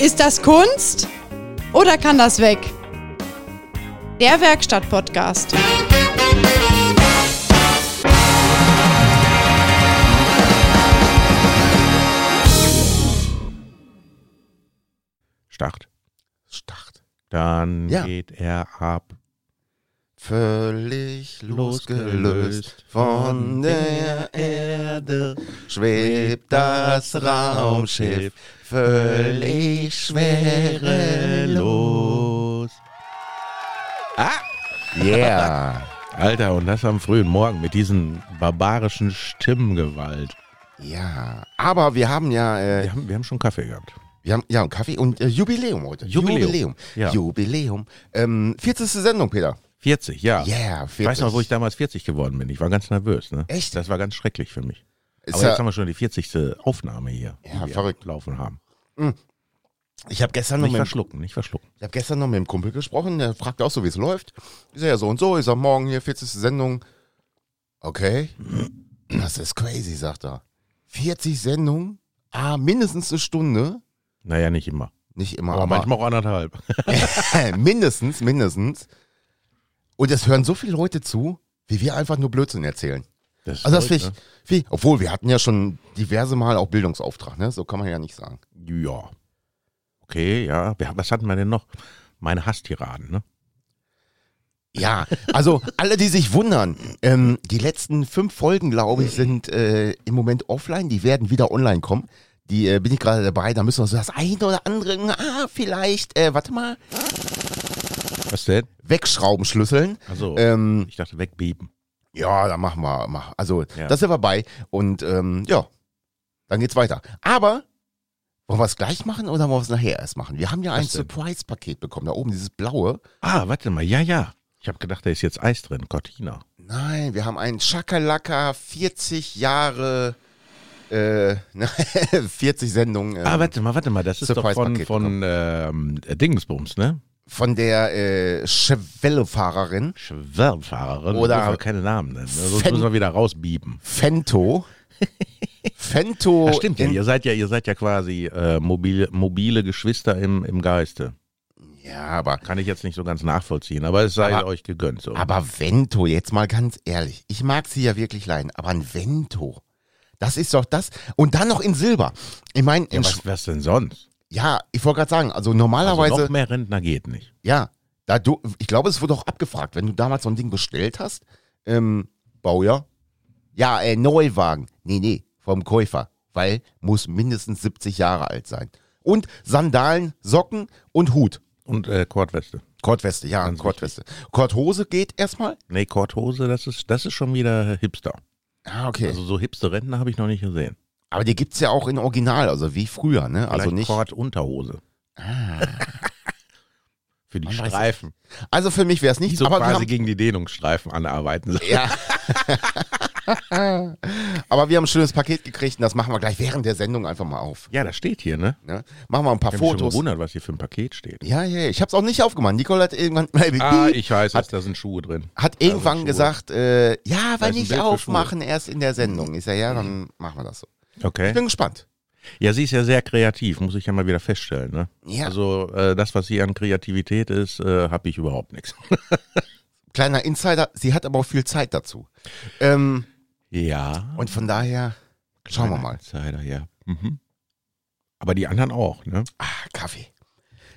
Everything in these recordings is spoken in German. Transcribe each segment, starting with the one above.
Ist das Kunst oder kann das weg? Der Werkstatt-Podcast. Start. Start. Dann Ja. geht er ab. Völlig Losgelöst losgelöst von der Erde schwebt das Raumschiff völlig schwerelos. Ah! Yeah. Alter, und das am frühen Morgen mit diesen barbarischen Stimmengewalt. Ja, aber wir haben ja, äh, Wir haben, wir haben schon Kaffee gehabt. wir haben ja einen Kaffee und äh, Jubiläum heute. Jubiläum. Jubiläum. Ja. Jubiläum. Ähm, 40. Sendung, Peter. 40, ja. Yeah, 40. Ich weiß noch, wo ich damals 40 geworden bin. Ich war ganz nervös. Ne? Echt? Das war ganz schrecklich für mich. Ist Aber ja, jetzt haben wir schon die 40. Aufnahme hier. Ja, die wir verrückt. Laufen haben. ich habe gestern noch Nicht mit, verschlucken, nicht verschlucken. Ich habe gestern noch mit dem Kumpel gesprochen, der fragt auch so, wie es läuft. Ich sage ja so und so, ich sage morgen hier 40. Sendung. Okay. Das ist crazy, sagt er. 40 Sendungen? Ah, mindestens eine Stunde. Naja, nicht immer. Nicht immer, Aber, aber, manchmal auch anderthalb. mindestens, mindestens. Und es hören so viele Leute zu, wie wir einfach nur Blödsinn erzählen. Das ist Also das verrückt, finde ich, viel, obwohl wir hatten ja schon diverse Mal auch Bildungsauftrag, ne? So kann man ja nicht sagen. ne? Ja. ne? Okay, ja. Wir- Was hatten wir denn noch? Meine Hasstiraden, ne? Ja, also alle, die sich wundern, ähm, die letzten fünf Folgen, glaube ich, sind äh, im Moment offline. Die werden wieder online kommen. Die äh, bin ich gerade dabei. Da müssen wir so das eine oder andere, ah, vielleicht, äh, warte mal, Was denn? wegschrauben, schlüsseln. Also, Ähm, ich dachte, wegbeben. ja, dann machen wir, mach. also Ja. das sind wir bei. Und ähm, ja, dann geht's weiter. Aber wollen wir es gleich machen oder wollen wir es nachher erst machen? Wir haben ja ein denn? Surprise-Paket bekommen, da oben dieses blaue. Ah, warte mal, ja, ja. Ich habe gedacht, da ist jetzt Eis drin, Cortina. Nein, wir haben einen Schakalaka 40 Jahre, äh, nein, 40 Sendungen äh, Ah, warte mal, warte mal, das ist doch von, Surprise-Paket von ähm, Dingsbums, ne? von der äh, Chevelle-Fahrerin Schwerfahrerin. Oder- Dürfen wir keine Namen nennen. ne? Sonst Fen- müssen wir wieder rausbieben. Fento. Fento. Das stimmt ja. Oh, in, Ihr seid ja, ihr seid ja quasi äh, mobile, mobile Geschwister im, im Geiste. ja, aber, Kann ich jetzt nicht so ganz nachvollziehen, aber es sei Aber- euch gegönnt. So. aber Vento, jetzt mal ganz ehrlich. Ich mag sie ja wirklich leiden, aber ein Vento. Das ist doch das. Und dann noch in Silber. Ich meine, ja, in Sch- was, was denn sonst? ja, ich wollte gerade sagen, also Also normalerweise. noch mehr Rentner geht nicht. Ja, da du, ich glaube, es wurde auch abgefragt, wenn du damals so ein Ding bestellt hast, ähm, Baujahr, ja, äh, Neuwagen, nee, nee, vom Käufer, weil muss mindestens 70 Jahre alt sein. Und Sandalen, Socken und Hut. Und äh, Kordweste. Kortweste, ja, Ganz Kortweste. Korthose geht erstmal? Nee, Korthose, das ist, das ist schon wieder Hipster. Ah, okay. Also so hipster Rentner habe ich noch nicht gesehen. Aber die gibt's ja auch in Original, also wie früher, ne? Also Vielleicht nicht. Ah. Kordunterhose. Für die Man weiß es. Streifen. Also für mich wäre es Die nicht, so aber wir, quasi haben, gegen die Dehnungsstreifen anarbeiten. ja. aber wir haben ein schönes Paket gekriegt und das machen wir gleich während der Sendung einfach mal auf. Ja, das steht hier, ne? Ne? Machen wir ein paar Ich habe mich schon Fotos. gewundert, was hier für ein Paket steht. Ja, ja, ja. ich habe es auch nicht aufgemacht. Nicole hat irgendwann, Ah, ich weiß es, da sind Schuhe drin. hat Schuhe. irgendwann gesagt, äh, ja, Da wenn ist ein Bild ich für Mhm. aufmachen, erst in der Sendung. Ich sage, ja, dann machen wir das so. Ich Okay. bin gespannt. Ja, sie ist ja sehr kreativ, muss ich ja mal wieder feststellen, ne? Ja. Also äh, das, was sie an Kreativität ist, äh, habe ich überhaupt nichts. Kleiner Insider, sie hat aber auch viel Zeit dazu. Ähm, Ja. und von daher, schauen wir mal. Insider, ja. Mhm. Aber die anderen auch, ne? Ah, Kaffee.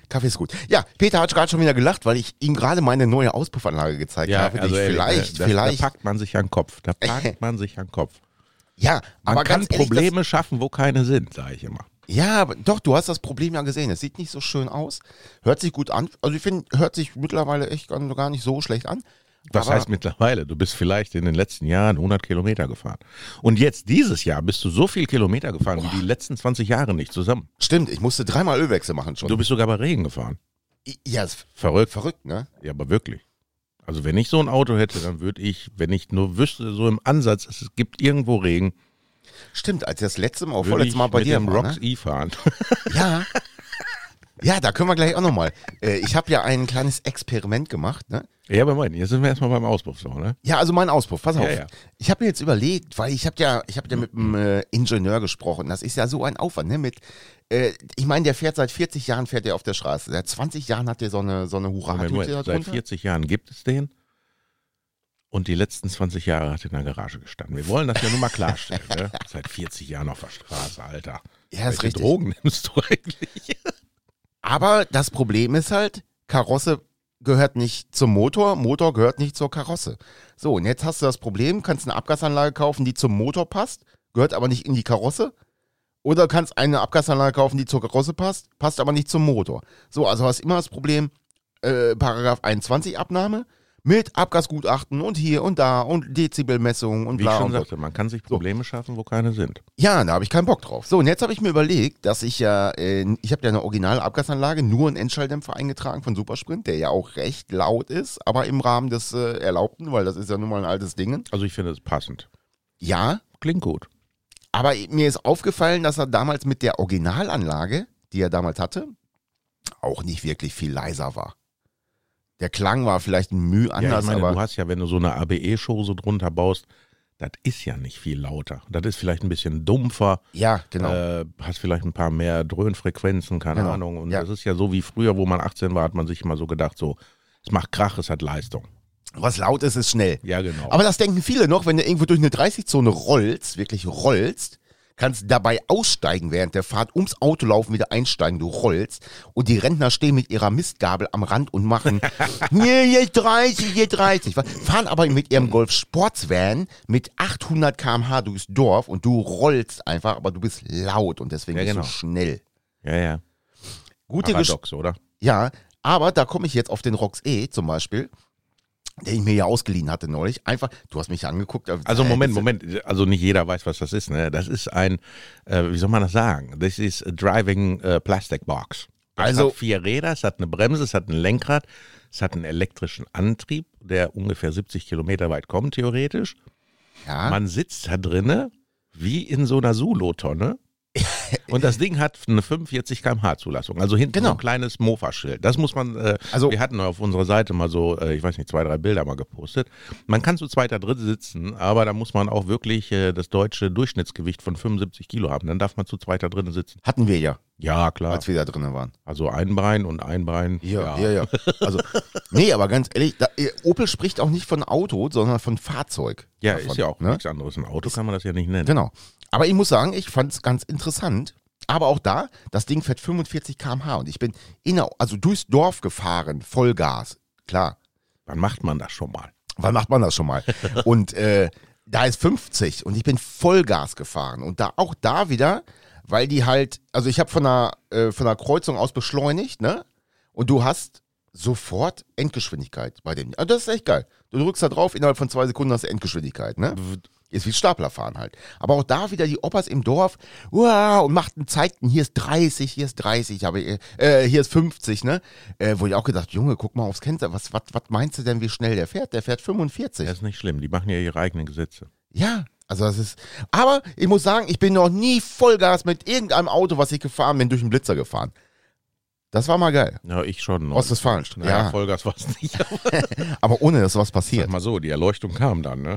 Kaffee ist gut. Ja, Peter hat gerade schon wieder gelacht, weil ich ihm gerade meine neue Auspuffanlage gezeigt habe. die ich also ehrlich, äh, vielleicht, da, vielleicht. Da packt man sich an den Kopf. Da packt man sich an den Kopf. ja, Man kann aber ganz ehrlich, das- Probleme schaffen, wo keine sind, sage ich immer. Ja, aber doch, du hast das Problem ja gesehen. Es sieht nicht so schön aus. Hört sich gut an. Also ich finde, hört sich mittlerweile echt gar gar nicht so schlecht an. Was aber, heißt mittlerweile? Du bist vielleicht in den letzten Jahren 100 Kilometer gefahren. Und jetzt dieses Jahr bist du so viel Kilometer gefahren wie die letzten 20 Jahre nicht zusammen. Stimmt, ich musste dreimal Ölwechsel machen schon. Du bist sogar bei Regen gefahren. I- ja, ist Verrückt. verrückt, ne? Ja, aber wirklich. Also wenn ich so ein Auto hätte, dann würde ich, wenn ich nur wüsste, so im Ansatz, es gibt irgendwo Regen, Stimmt, als ich das letzte Mal, würde ich vorletztes Mal bei mit dir dem war, Rocks ne? E fahren. Ja. ne? Ja, da können wir gleich auch nochmal. Äh, ich habe ja ein kleines Experiment gemacht. Ne? Ja, aber Moment, jetzt sind wir erstmal beim Auspuff, so, ne? Ja, also mein Auspuff, pass auf. Ja, ja. Ich habe mir jetzt überlegt, weil ich habe ja, ich habe ja mit einem äh, Ingenieur gesprochen. Das ist ja so ein Aufwand, ne? Mit, äh, ich meine, der fährt seit 40 Jahren fährt er auf der Straße. Seit 20 Jahren hat der so eine so eine Hurra. Moment, Moment, seit 40 Jahren gibt es den. Und die letzten 20 Jahre hat er in der Garage gestanden. Wir wollen das ja nur mal klarstellen. ne? Seit 40 Jahren auf der Straße, Alter. Ja, ist Welche richtig. Drogen nimmst du eigentlich? Aber das Problem ist halt, Karosse gehört nicht zum Motor, Motor gehört nicht zur Karosse. So, und jetzt hast du das Problem, kannst eine Abgasanlage kaufen, die zum Motor passt, gehört aber nicht in die Karosse. Oder kannst eine Abgasanlage kaufen, die zur Karosse passt, passt aber nicht zum Motor. So, also hast immer das Problem, äh, Paragraph 21 Abnahme mit Abgasgutachten und hier und da und Dezibelmessungen und Wie bla ich schon und so. sagte, man kann sich Probleme schaffen, wo keine sind. Ja, da habe ich keinen Bock drauf. So, und jetzt habe ich mir überlegt, dass ich ja, äh, ich habe ja eine originale Abgasanlage, nur einen Endschalldämpfer eingetragen von Supersprint, der ja auch recht laut ist, aber im Rahmen des äh, Erlaubten, weil das ist ja nun mal ein altes Ding. Also ich finde es passend. Ja, Klingt gut. aber mir ist aufgefallen, dass er damals mit der Originalanlage, die er damals hatte, auch nicht wirklich viel leiser war. Der Klang war vielleicht ein Mühe Ja, anders, ich meine, aber du hast ja, wenn du so eine ABE-Show so drunter baust, das ist ja nicht viel lauter. Das ist vielleicht ein bisschen dumpfer. ja, genau. Äh, hast vielleicht ein paar mehr Dröhnfrequenzen, keine Genau. Ahnung. Und Ja. das ist ja so wie früher, wo man 18 war, hat man sich immer so gedacht, so, es macht Krach, es hat Leistung. Was laut ist, ist schnell. Ja, genau. Aber das denken viele noch, wenn du irgendwo durch eine 30-Zone rollst, wirklich rollst, kannst dabei aussteigen während der Fahrt, ums Auto laufen, wieder einsteigen, du rollst. Und die Rentner stehen mit ihrer Mistgabel am Rand und machen, nee, hier 30, hier 30. Fahren aber mit ihrem Golf Sportsvan mit 800 kmh durchs Dorf und du rollst einfach, aber du bist laut und deswegen Ja, genau. bist du schnell. ja, ja. Gute, Gesch Paradox, oder? ja, aber da komme ich jetzt auf den Rox E zum Beispiel, den ich mir ja ausgeliehen hatte neulich. Einfach, du hast mich angeguckt. Also äh, Moment, das- Moment. Also nicht jeder weiß, was das ist. Ne? Das ist ein, äh, wie soll man das sagen? Das ist a driving äh, plastic box. Das Also- hat vier Räder, es hat eine Bremse, es hat ein Lenkrad, es hat einen elektrischen Antrieb, der ungefähr 70 Kilometer weit kommt, theoretisch. Ja, Man sitzt da drinne wie in so einer Solo-Tonne. Und das Ding hat eine 45 km/h Zulassung. Also hinten Genau. so ein kleines Mofa-Schild. Das muss man. Äh, Also- also wir hatten auf unserer Seite mal so, äh, ich weiß nicht, zwei, drei Bilder mal gepostet. Man kann zu zweiter, dritt sitzen, aber da muss man auch wirklich äh, das deutsche Durchschnittsgewicht von 75 Kilo haben. Dann darf man zu zweiter, dritt sitzen. hatten wir ja, Ja, klar. als wir da drinnen waren. Also ein Bein und ein Bein. ja. Also, nee, aber ganz ehrlich, da, äh, Opel spricht auch nicht von Auto, sondern von Fahrzeug. Ja, Davon, ist ja auch ne? nichts anderes. Ein Auto kann man das ja nicht nennen. Genau. Aber ich muss sagen, ich fand es ganz interessant. Aber auch da, das Ding fährt 45 km/h und ich bin inner, also durchs Dorf gefahren, Vollgas. Klar, Wann macht man das schon mal? Wann macht man das schon mal? Und äh, da ist 50 und ich bin Vollgas gefahren. Und da auch da wieder, weil die halt, also ich habe von, einer, äh, von einer Kreuzung aus beschleunigt, ne? Und du hast sofort Endgeschwindigkeit bei dem. Also das ist echt geil. Du drückst da drauf, innerhalb von zwei Sekunden hast du Endgeschwindigkeit, ne? Ist wie Staplerfahren halt. Aber auch da wieder die Opas im Dorf, uah, und machten, zeigten, hier ist 30, hier ist 30, aber äh, äh, hier ist 50, ne? Äh, wo ich auch gedacht, Junge, guck mal aufs Kennzeichen, was, was, was meinst du denn, wie schnell der fährt? Der fährt 45. Das ist nicht schlimm. Die machen ja ihre eigenen Gesetze. Ja, also das ist. Aber ich muss sagen, ich bin noch nie Vollgas mit irgendeinem Auto, was ich gefahren bin, durch den Blitzer gefahren. Das war mal geil. Ja, ich schon. Ostwestfalenstraße. Naja, Ja, Vollgas war es nicht. aber ohne, dass was Sag passiert. mal so, die Erleuchtung kam dann, ne?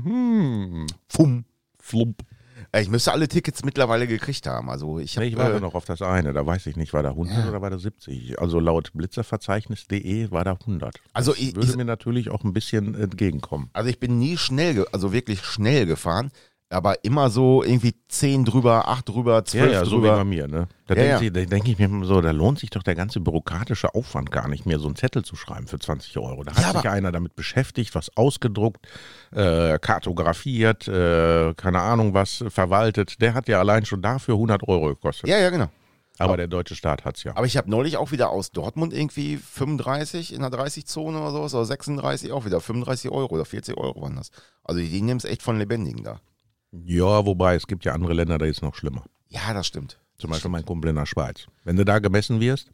Mhm. Fumm. Flump. Ey, Ich müsste alle Tickets mittlerweile gekriegt haben. Also ich Nee, habe ich warte äh, noch auf das eine. Da weiß ich nicht, war da 100 oder war da 70? Also laut blitzerverzeichnis.de war da 100. also ich, Würde ich, mir natürlich auch ein bisschen entgegenkommen. also ich bin nie schnell, ge also wirklich schnell gefahren, aber immer so irgendwie 10 drüber, 8 drüber, 12 Ja, ja, so wie drüber. bei mir, ne? Da Ja, denke ja. ich, da denk ich mir immer so, da lohnt sich doch der ganze bürokratische Aufwand gar nicht mehr, so einen Zettel zu schreiben für 20 Euro. Da hat Ja, sich aber- einer damit beschäftigt, was ausgedruckt, äh, kartografiert, äh, keine Ahnung was, verwaltet. Der hat ja allein schon dafür 100 Euro gekostet. ja, ja, genau. Aber der deutsche Staat hat's ja. Aber ich habe neulich auch wieder aus Dortmund irgendwie 35 in der 30-Zone oder sowas, oder 36 auch wieder, 35 Euro oder 40 Euro waren das. Also die nehmen es echt von Lebendigen da. Ja, wobei es gibt ja andere Länder, da ist es noch schlimmer. Ja, das stimmt. Zum Beispiel mein Kumpel in der Schweiz. Wenn du da gemessen wirst,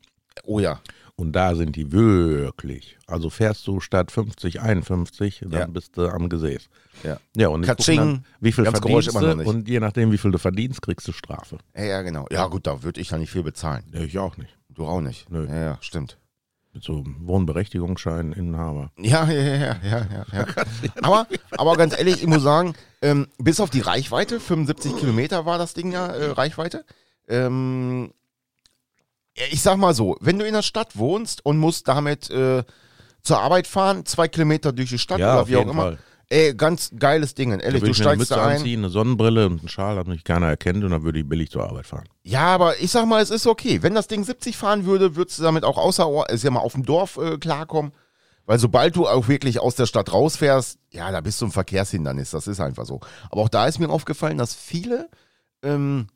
Oh ja. und da sind die wirklich, also fährst du statt 50, 51, dann Ja. bist du am Gesäß. Ja, Ja, und die Katsching. gucken dann, wie viel Ganz Geräusch verdienst immer noch du nicht. und je nachdem, wie viel du verdienst, kriegst du Strafe. ja, ja genau. Ja, gut, da würde ich ja nicht viel bezahlen. Ja, ich auch nicht. Du auch nicht. Nö. Ja, ja, stimmt. Mit so einem Wohnberechtigungsschein Inhaber. Ja, ja, ja, ja, ja. ja. aber, aber ganz ehrlich, ich muss sagen, ähm, bis auf die Reichweite, 75 Kilometer war das Ding ja, äh, Reichweite. Ähm, ja, ich sag mal so, wenn du in der Stadt wohnst und musst damit äh, zur Arbeit fahren, zwei Kilometer durch die Stadt Ja, oder auf wie auch jeden immer. Fall. Ey, ganz geiles Ding. Ehrlich, würde du ich mir eine steigst Mütze da ein. anziehen, eine Sonnenbrille und einen Schal, damit mich keiner erkennt und dann würde ich billig zur Arbeit fahren. Ja, aber ich sag mal, es ist okay. Wenn das Ding 70 fahren würde, würdest du damit auch außer, ist ja mal auf dem Dorf äh, klarkommen. Weil sobald du auch wirklich aus der Stadt rausfährst, ja, da bist du ein Verkehrshindernis. Das ist einfach so. Aber auch da ist mir aufgefallen, dass viele ähm,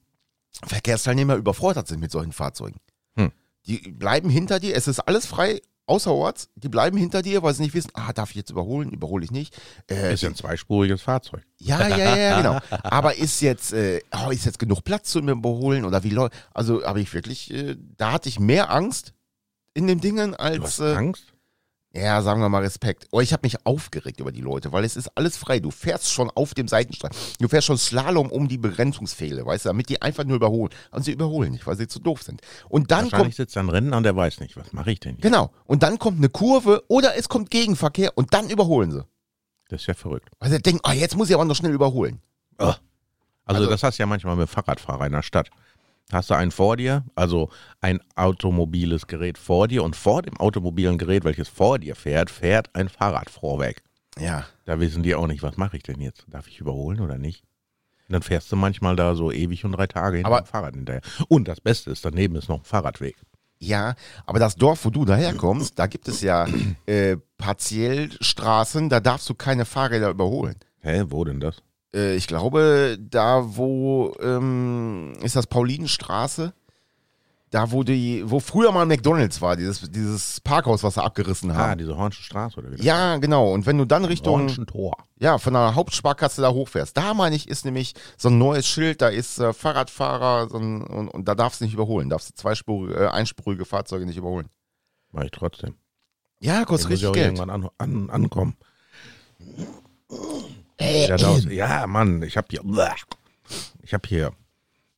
Verkehrsteilnehmer überfordert sind mit solchen Fahrzeugen. Hm. Die bleiben hinter dir. Es ist alles frei außerorts. Die bleiben hinter dir, weil sie nicht wissen, ah, darf ich jetzt überholen? Überhole ich nicht. Äh, Ist ja ein zweispuriges Fahrzeug. ja, ja, ja, ja, genau. Aber ist jetzt, äh, oh, ist jetzt genug Platz zu mir beholen oder wie läuft? Also habe ich wirklich, äh, da hatte ich mehr Angst in den Dingen Du hast als, äh, Angst? ja, sagen wir mal Respekt. Oh, ich habe mich aufgeregt über die Leute, weil es ist alles frei. Du fährst schon auf dem Seitenstreifen. Du fährst schon Slalom um die Begrenzungspfähle, weißt du, damit die einfach nur überholen. Und sie überholen nicht, weil sie zu doof sind. Und dann kommt Wahrscheinlich sitzt da ein Rennen an, der weiß nicht, was mache ich denn hier? Genau. Und dann kommt eine Kurve oder es kommt Gegenverkehr und dann überholen sie. Das ist ja verrückt. Weil sie denken, ah, jetzt muss ich aber noch schnell überholen. Also, Also- das hast du ja manchmal mit Fahrradfahrer in der Stadt. Hast du einen vor dir, also ein automobiles Gerät vor dir und vor dem automobilen Gerät, welches vor dir fährt, fährt ein Fahrrad vorweg. Ja. Da wissen die auch nicht, was mache ich denn jetzt? Darf ich überholen oder nicht? Und dann fährst du manchmal da so ewig und drei Tage hinter Aber- dem Fahrrad hinterher. Und das Beste ist, daneben ist noch ein Fahrradweg. Ja, aber das Dorf, wo du daherkommst, da gibt es ja äh, partiell Straßen, da darfst du keine Fahrräder überholen. Hä, wo denn das? Äh, ich glaube, da wo ähm, ist das Paulinenstraße? Da wo die, wo früher mal McDonalds war, dieses, dieses Parkhaus, was sie abgerissen Ah, haben. diese Hornsche Straße oder wie? ja, genau. Und wenn du dann Richtung, Hornschen Tor. ja, von der Hauptsparkasse da hochfährst, da meine ich, ist nämlich so ein neues Schild, da ist äh, Fahrradfahrer so ein, und, und da darfst du nicht überholen, darfst du zweispurige, äh, einspurige Fahrzeuge nicht überholen. Mach ich trotzdem. Ja, kostet Ich muss ja richtig auch Geld. irgendwann an, an, ankommen. Äh. Ja, das, ja, Mann, ich habe hier, ich habe hier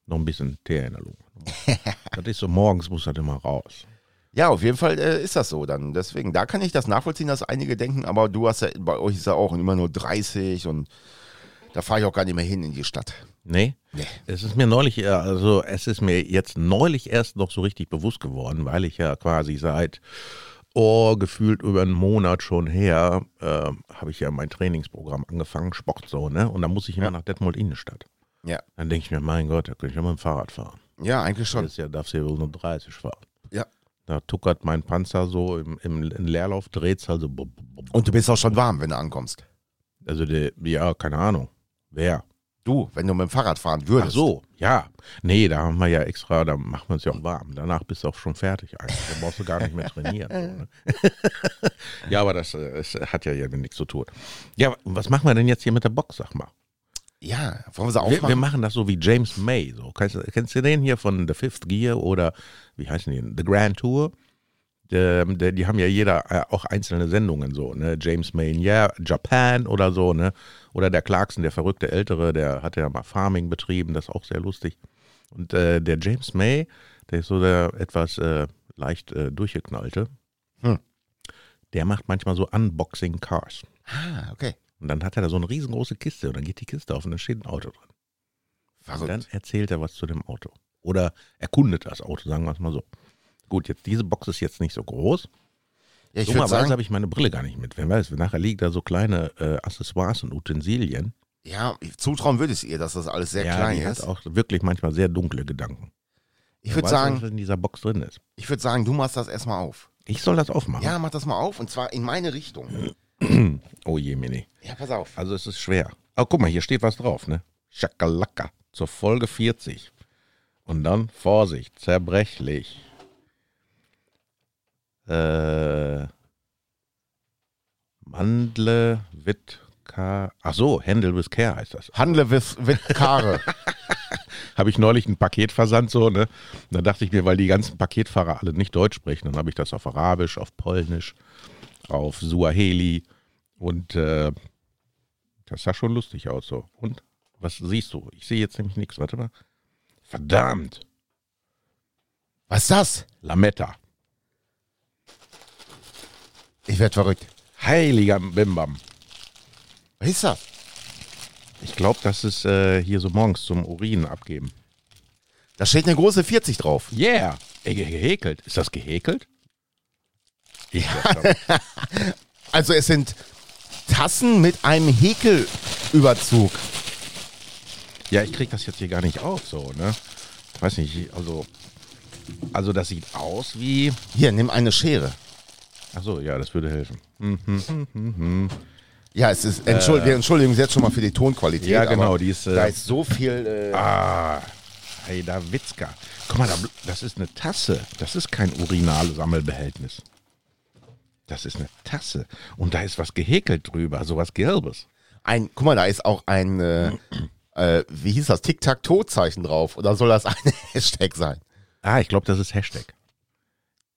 noch ein bisschen Teer in der Lunge. Das ist so morgens muss das immer raus. Ja, auf jeden Fall äh, ist das so dann. Deswegen, da kann ich das nachvollziehen, dass einige denken, aber du hast ja, bei euch ist ja auch immer nur 30 und da fahre ich auch gar nicht mehr hin in die Stadt. Nee, Nee. es ist mir neulich, äh, also es ist mir jetzt neulich erst noch so richtig bewusst geworden, weil ich ja quasi seit oh gefühlt über einen Monat schon her äh, habe ich ja mein Trainingsprogramm angefangen, Sportzone, und dann muss ich immer nach Detmold Innenstadt. Ja. Dann denke ich mir, mein Gott, da könnte ich ja mit dem Fahrrad fahren. Ja, eigentlich schon. Das Jahr darfst du ja wohl nur 30 fahren. Ja. Da tuckert mein Panzer so im, im, im Leerlauf, dreht's also. bub, bub, bub. Und du bist auch schon warm, wenn du ankommst. Also, der, ja, keine Ahnung. Wer? Du, wenn du mit dem Fahrrad fahren Ach würdest. so, ja. Nee, da haben wir ja extra, da machen wir uns ja auch warm. Danach bist du auch schon fertig eigentlich. Da brauchst du gar nicht mehr trainieren. So, ne? ja, aber das, äh, es hat ja hier mit nichts zu tun. Ja, was machen wir denn jetzt hier mit der Box, sag mal? Ja, wollen wir sie Wir, aufmachen? wir machen das so wie James May. So. Kennst, du- kennst du den hier von The Fifth Gear oder wie heißen die? The Grand Tour? Der, der, die haben ja jeder äh, auch einzelne Sendungen so, ne? James May in ja, Japan oder so, ne? Oder der Clarkson, der verrückte Ältere, der hat ja mal Farming betrieben, das ist auch sehr lustig. Und äh, der James May, der ist so der etwas äh, leicht äh, durchgeknallte, Hm. der macht manchmal so Unboxing Cars. ah, okay. Und dann hat er da so eine riesengroße Kiste und dann geht die Kiste auf und dann steht ein Auto drin. Und dann Verrückt. erzählt er was zu dem Auto. Also Oder erkundet das Auto, sagen wir es mal so. Gut, jetzt diese Box ist jetzt nicht so groß. Ja, ich würde Dummerweise sagen, habe ich meine Brille gar nicht mit. Wer weiß, nachher liegen da so kleine äh, Accessoires und Utensilien. ja, zutrauen würde ich ihr, dass das alles sehr ja, klein die ist. hat auch wirklich manchmal sehr dunkle Gedanken. Ich Wer würde weiß, sagen, was in dieser Box drin ist. ich würde sagen, du machst das erstmal auf. Ich soll das aufmachen. Ja, mach das mal auf und zwar in meine Richtung. Oh je, Mini. Ja, pass auf. Also es ist schwer. Aber guck mal, hier steht was drauf, ne? Schakalaka. Zur Folge 40. Und dann Vorsicht, zerbrechlich. Äh, Mandle, Witka. Ach so, Handle with Care heißt das. Handle with, with Kare. Habe ich neulich ein Paket versandt, so, ne? Da dachte ich mir, weil die ganzen Paketfahrer alle nicht Deutsch sprechen, dann habe ich das auf Arabisch, auf Polnisch, auf Suaheli und äh, das sah schon lustig aus, so. Und was siehst du? Ich sehe jetzt nämlich nichts, warte mal. Verdammt! Was ist das? Lametta. Ich werde verrückt. Heiliger Bimbam. Was ist das? Ich glaube, das ist äh, hier so morgens zum Urin abgeben. Da steht eine große 40 drauf. Yeah. Ey, ge- gehäkelt. Ist das gehäkelt? Ich Also es sind Tassen mit einem Häkelüberzug. Ja, ich krieg das jetzt hier gar nicht auf, so, ne? Weiß nicht, also. Also, das sieht aus wie. Hier, nimm eine Schere. Achso, ja, das würde helfen. Ja, es ist. Entschuldigung, wir entschuldigen uns jetzt schon mal für die Tonqualität. Äh. Ja, genau, aber die ist, äh, da ist so viel. Äh, Ah, hey, da Witzka. Guck mal, da, bl- das ist eine Tasse. Das ist kein Urinal-Sammelbehältnis. Das ist eine Tasse. Und da ist was gehäkelt drüber, sowas Gelbes. ein, guck mal, da ist auch ein. Äh, äh, wie hieß das? Tic-Tac-Toe-Zeichen drauf. Oder soll das ein Hashtag sein? Ah, ich glaube, das ist Hashtag.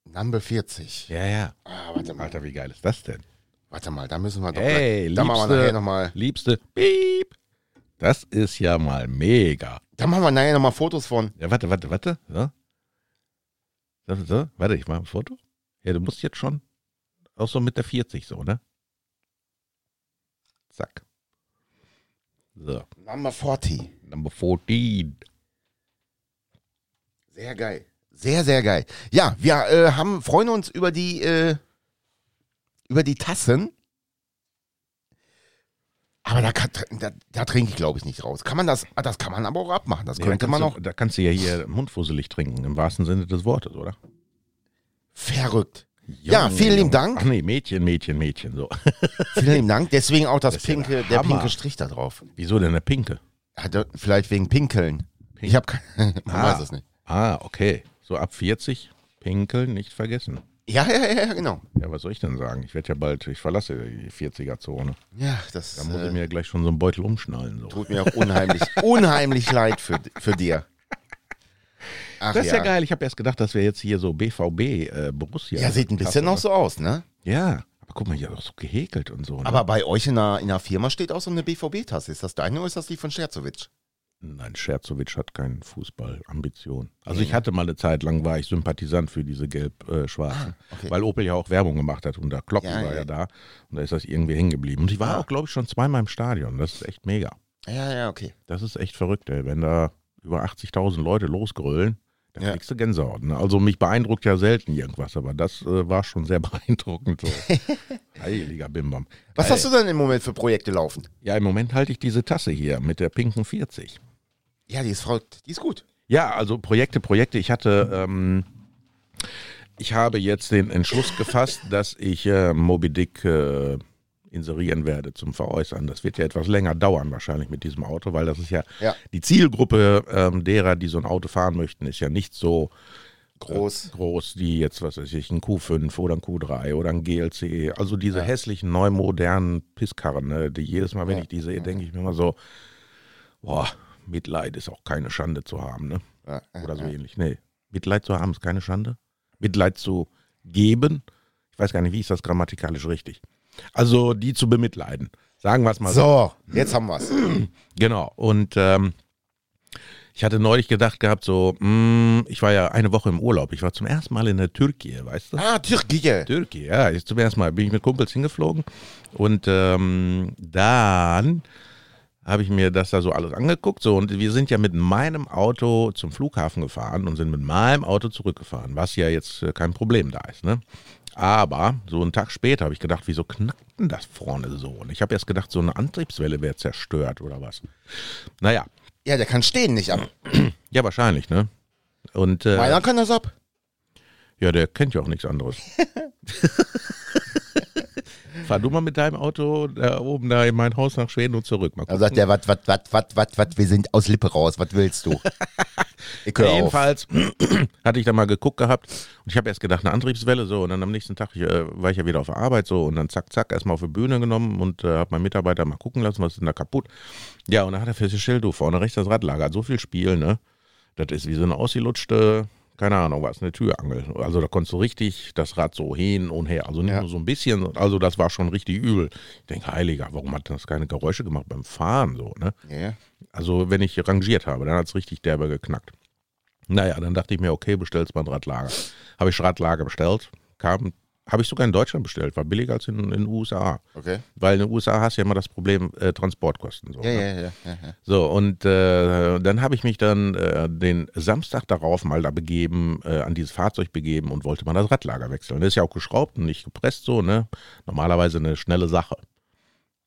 Number 40. Ja, ja. Ah, warte mal, Alter, wie geil ist das denn? warte mal, da müssen wir doch. Hey, gleich- da machen wir nachher liebste, nochmal. liebste, piep. Das ist ja mal mega. Da machen wir nachher nochmal Fotos von. Ja, warte, warte, warte. So. So, so. Warte, ich mache ein Foto. Ja, du musst jetzt schon. Auch so mit der 40 so, ne? Zack. So, Number 40. Number 14. Sehr geil. Sehr, sehr geil. Ja, wir äh, haben, freuen uns über die, äh, über die Tassen. Aber da, kann, da, da trinke ich, glaube ich, nicht raus. Kann man das, ah, das kann man aber auch abmachen. Das Ja, da könnte man kannst auch. du- Da kannst du ja hier mundfusselig trinken, im wahrsten Sinne des Wortes, oder? Verrückt. Ja, Junge, vielen lieben Junge. Dank. Ach nee, Mädchen, Mädchen, Mädchen. So. Vielen lieben Dank. Deswegen auch das, Das ist ja pinke, der der Hammer. pinke Strich da drauf. Wieso denn der Pinke? Hat er vielleicht wegen Pinkeln. Ich habe keine. Man Ah. weiß es nicht. Ah, okay. So ab 40, Pinkeln nicht vergessen. Ja, ja, ja, ja, genau. Ja, was soll ich denn sagen? Ich werde ja bald, ich verlasse die 40er-Zone. Ja, das Da muss äh, ich mir gleich schon so einen Beutel umschnallen. So. tut mir auch unheimlich, unheimlich leid für, für dir. Ach, Das ist ja geil. Ich habe erst gedacht, dass wir jetzt hier so BVB äh, Borussia. Ja, sieht ein bisschen noch so aus, ne? Ja, aber guck mal, hier ist auch so gehäkelt und so. Ne? Aber bei euch in der, in der Firma steht auch so eine BVB-Tasse. Ist das deine oder ist das die von Scherzowitsch? nein, Scherzowitsch hat keine Fußballambition. Also ich hatte mal eine Zeit lang war ich Sympathisant für diese gelb-schwarzen, Ah, okay. weil Opel ja auch Werbung gemacht hat und der Klopp Ja, war ja, ja. da und da ist das irgendwie hängen geblieben. Und ich war auch, glaube ich, schon zweimal im Stadion. Das ist echt mega. Ja, ja, okay. Das ist echt verrückt, ey. wenn da über 80.000 Leute losgrölen. Da Ja. kriegst du Gänsehaut. Ne? Also mich beeindruckt ja selten irgendwas, aber das äh, war schon sehr beeindruckend. So. Heiliger Bimbam. Äh, Was hast du denn im Moment für Projekte laufen? Ja, im Moment halte ich diese Tasse hier mit der pinken 40. Ja, die ist verrückt. Die ist gut. Ja, also Projekte, Projekte. Ich hatte, ähm, ich habe jetzt den Entschluss gefasst, dass ich äh, Moby Dick äh, inserieren werde zum Veräußern. Das wird ja etwas länger dauern wahrscheinlich mit diesem Auto, weil das ist ja, Ja. die Zielgruppe ähm, derer, die so ein Auto fahren möchten, ist ja nicht so Groß. groß wie jetzt, was weiß ich, ein Q5 oder ein Q3 oder ein GLC. Also diese hässlichen, neu modernen Pisskarren, ne, die jedes Mal, wenn ich die sehe, denke ich mir immer so, boah, Mitleid ist auch keine Schande zu haben, ne? Ja, ja, Oder so ähnlich. Nee, Mitleid zu haben ist keine Schande. Mitleid zu geben, ich weiß gar nicht, wie ist das grammatikalisch richtig? Also die zu bemitleiden. Sagen wir es mal so. So, jetzt haben wir's. Genau. Und ähm, ich hatte neulich gedacht gehabt, so, mh, ich war ja eine Woche im Urlaub. Ich war zum ersten Mal in der Türkei, weißt du? Ah, Türkei. Türkei, ja. Ich, zum ersten Mal bin ich mit Kumpels hingeflogen. Und ähm, dann habe ich mir das da so alles angeguckt. So, und wir sind ja mit meinem Auto zum Flughafen gefahren und sind mit meinem Auto zurückgefahren, was ja jetzt äh, kein Problem da ist. Ne? Aber so einen Tag später habe ich gedacht, wieso knackt denn das vorne so? Und ich habe erst gedacht, so eine Antriebswelle wäre zerstört oder was. Naja, Ja, der kann stehen nicht ab. ja, wahrscheinlich, ne? Und äh, Meiner kann das ab. ja, der kennt ja auch nichts anderes. Fahr du mal mit deinem Auto da oben da in mein Haus nach Schweden und zurück. Mal Dann gucken. sagt der, wat, wat, wat, wat, wat, wat, wir sind aus Lippe raus. Was willst du? Ich hör auf. Jedenfalls hatte ich da mal geguckt gehabt und ich habe erst gedacht, eine Antriebswelle so und dann am nächsten Tag ich, äh, war ich ja wieder auf der Arbeit so und dann zack, zack, erstmal auf die Bühne genommen und äh, habe meinen Mitarbeiter mal gucken lassen, was ist denn da kaputt. Ja, und dann hat er festgestellt, du, vorne rechts das Radlager hat so viel Spiel, ne? Das ist wie so eine ausgelutschte, keine Ahnung was, eine Türangel. Also da konntest du richtig das Rad so hin und her. Also nicht Ja. nur so ein bisschen, also das war schon richtig übel. Ich denke, heiliger, warum hat das keine Geräusche gemacht beim Fahren so, ne? Ja, ja. Also wenn ich rangiert habe, dann hat es richtig derbe geknackt. Naja, dann dachte ich mir, okay, bestellst mal ein Radlager. Habe ich Radlager bestellt, kam, habe ich sogar in Deutschland bestellt, war billiger als in in den USA. Okay. Weil in den USA hast du ja immer das Problem äh, Transportkosten. So, Ja, ne? ja, ja. ja, ja. So, und äh, dann habe ich mich dann äh, den Samstag darauf mal da begeben, äh, an dieses Fahrzeug begeben und wollte mal das Radlager wechseln. Das ist ja auch geschraubt und nicht gepresst so, ne? Normalerweise eine schnelle Sache.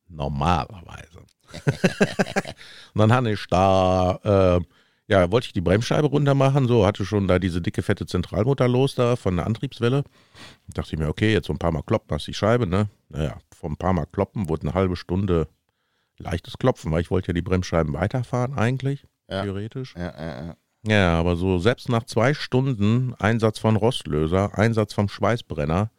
Normalerweise. und dann hatte ich da, äh, ja, wollte ich die Bremsscheibe runter machen, so, hatte schon da diese dicke, fette Zentralmutter los da von der Antriebswelle. Dachte ich mir, okay, jetzt so ein paar Mal kloppen, hast die Scheibe, ne? Naja, vom paar Mal kloppen wurde eine halbe Stunde leichtes Klopfen, weil ich wollte ja die Bremsscheiben weiterfahren eigentlich, Ja. theoretisch. ja, ja, ja. Ja, aber so selbst nach zwei Stunden Einsatz von Rostlöser, Einsatz vom Schweißbrenner,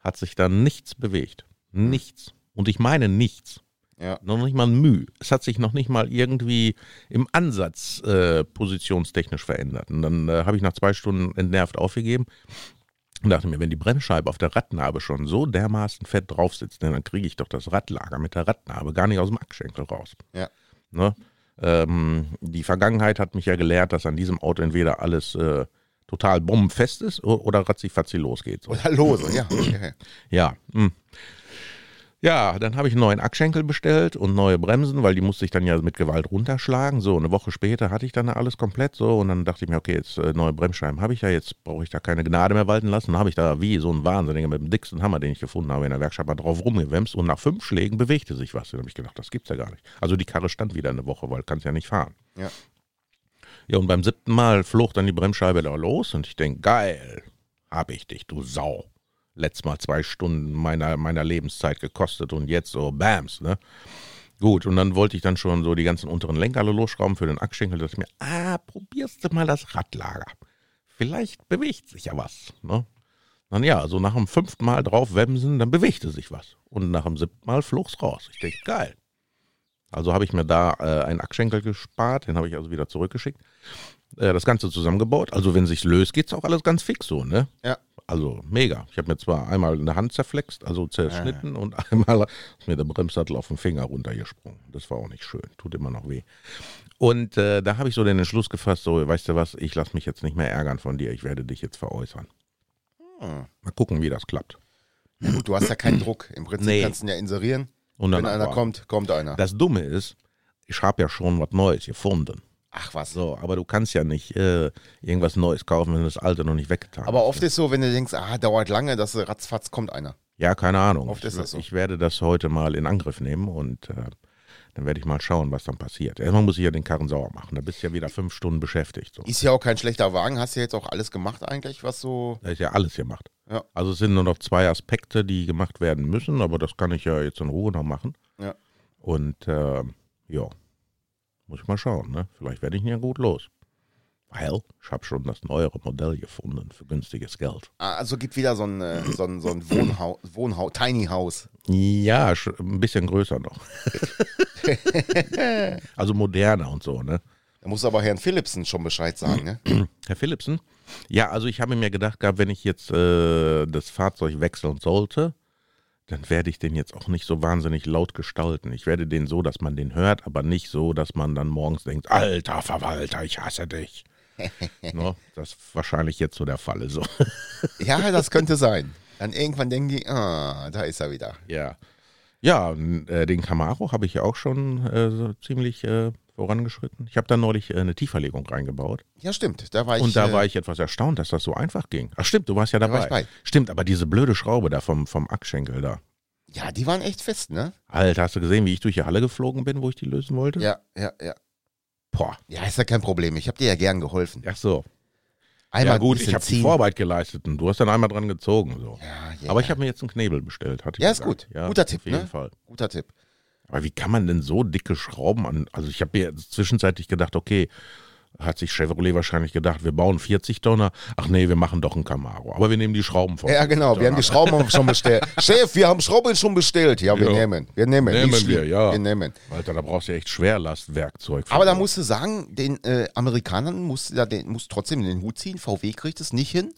hat sich dann nichts bewegt. Nichts. Und ich meine nichts. Ja. Noch nicht mal ein Müh. Es hat sich noch nicht mal irgendwie im Ansatz äh, positionstechnisch verändert. Und dann äh, habe ich nach zwei Stunden entnervt aufgegeben und dachte mir, wenn die Bremsscheibe auf der Radnabe schon so dermaßen fett drauf sitzt, ne, dann kriege ich doch das Radlager mit der Radnabe gar nicht aus dem Ackschenkel raus. Ja. Ne? Ähm, die Vergangenheit hat mich ja gelehrt, dass an diesem Auto entweder alles äh, total bombenfest ist o- oder ratzifatzi losgeht. So. Oder lose, ja. Okay. Ja. Hm. Ja, dann habe ich einen neuen Ackschenkel bestellt und neue Bremsen, weil die musste ich dann ja mit Gewalt runterschlagen. So, eine Woche später hatte ich dann alles komplett so und dann dachte ich mir, okay, jetzt äh, neue Bremsscheiben habe ich ja, jetzt brauche ich da keine Gnade mehr walten lassen. Dann habe ich da wie so ein Wahnsinniger mit dem dicksten Hammer, den ich gefunden habe, in der Werkstatt mal drauf rumgewemst und nach fünf Schlägen bewegte sich was. Dann habe ich gedacht, das gibt's ja gar nicht. Also die Karre stand wieder eine Woche, weil kannst ja nicht fahren. Ja. Ja, und beim siebten Mal flog dann die Bremsscheibe da los und ich denke, geil, hab ich dich, du Sau. Letztes Mal zwei Stunden meiner, meiner Lebenszeit gekostet und jetzt so Bams, ne? Gut, und dann wollte ich dann schon so die ganzen unteren Lenker alle losschrauben für den Ackschenkel. Da dachte ich mir, ah, probierst du mal das Radlager. Vielleicht bewegt sich ja was, ne? Dann ja, so nach dem fünften Mal draufwemsen, dann bewegte sich was. Und nach dem siebten Mal flog's raus. Ich denke, geil. Also habe ich mir da äh, einen Ackschenkel gespart, den habe ich also wieder zurückgeschickt. Äh, das Ganze zusammengebaut. Also wenn sich's löst, geht's auch alles ganz fix so, ne? Ja. Also mega. Ich habe mir zwar einmal eine Hand zerflext, also zerschnitten und einmal ist mir der Bremssattel auf den Finger runtergesprungen. Das war auch nicht schön, tut immer noch weh. Und äh, da habe ich so den Entschluss gefasst, so, weißt du was, ich lasse mich jetzt nicht mehr ärgern von dir, ich werde dich jetzt veräußern. Hm. Mal gucken, wie das klappt. Gut, du hast ja keinen Druck. Im Prinzip Nee. kannst du ihn ja inserieren. Und dann Wenn einer abwarten. kommt, kommt einer. Das Dumme ist, ich habe ja schon was Neues gefunden. Ach was. So, aber du kannst ja nicht äh, irgendwas Neues kaufen, wenn du das alte noch nicht weggetan hast. Aber oft ist so, wenn du denkst, ah, dauert lange, dass du ratzfatz kommt einer. Ja, keine Ahnung. Oft ich, ist das so. ich werde das heute mal in Angriff nehmen und äh, dann werde ich mal schauen, was dann passiert. Erstmal muss ich ja den Karren sauer machen. Da bist du ja wieder fünf Stunden beschäftigt. So. Ist ja auch kein schlechter Wagen. Hast du jetzt auch alles gemacht eigentlich, was so. Da ist ja alles gemacht. Ja. Also es sind nur noch zwei Aspekte, die gemacht werden müssen, aber das kann ich ja jetzt in Ruhe noch machen. Ja. Und äh, ja, muss ich mal schauen. Ne? Vielleicht werde ich ihn ja gut los. Weil ich habe schon das neuere Modell gefunden für günstiges Geld. Ah, Also gibt wieder so ein, äh, so ein, so ein Wohnhaus, Wohnhaus, Tiny House. Ja, sch- ein bisschen größer noch. also moderner und so, ne? Da muss aber Herrn Philipsen schon Bescheid sagen, ne? Herr Philipsen? Ja, also ich habe mir gedacht gehabt, wenn ich jetzt äh, das Fahrzeug wechseln sollte, dann werde ich den jetzt auch nicht so wahnsinnig laut gestalten. Ich werde den so, dass man den hört, aber nicht so, dass man dann morgens denkt, alter Verwalter, ich hasse dich. no, das wahrscheinlich jetzt so der Fall ist. So. Ja, das könnte sein. Dann irgendwann denken die, ah, da ist er wieder. Ja. Ja, n- äh, den Camaro habe ich ja auch schon äh, so ziemlich äh, vorangeschritten. Ich habe da neulich äh, eine Tiefverlegung reingebaut. Ja, stimmt. Da war ich. und da äh, war ich etwas erstaunt, dass das so einfach ging. Ach stimmt, du warst ja dabei. war ich bei. Stimmt, aber diese blöde Schraube da vom, vom Ackschenkel da. Ja, die waren echt fest, ne? Alter, hast du gesehen, wie ich durch die Halle geflogen bin, wo ich die lösen wollte? Ja, ja, ja. Boah, Ja, ist ja kein Problem. Ich habe dir ja gern geholfen. ach so. Einmal ja gut, ich ein bisschen habe die ziehen. Vorarbeit geleistet und du hast dann einmal dran gezogen. So. Ja, ja, Aber ja. ich habe mir jetzt einen Knebel bestellt. Hatte ich Ja, ist gesagt. gut. Guter Tipp, Auf jeden ne? Fall. Guter Tipp. Aber wie kann man denn so dicke Schrauben an? Also ich habe mir jetzt zwischenzeitlich gedacht, okay, hat sich Chevrolet wahrscheinlich gedacht, wir bauen 40 Tonner. Ach nee, wir machen doch einen Camaro. Aber wir nehmen die Schrauben vor. Ja, genau. Wir haben die Schrauben schon bestellt. Chef, wir haben Schrauben schon bestellt. Ja, wir Ja. nehmen. Wir nehmen. Nicht Nehmen wir, schlimm. ja. Wir nehmen. Alter, da brauchst du echt Schwerlastwerkzeug. Aber da musst du sagen, den äh, Amerikanern musst du da den, musst trotzdem den Hut ziehen. VW kriegt es nicht hin,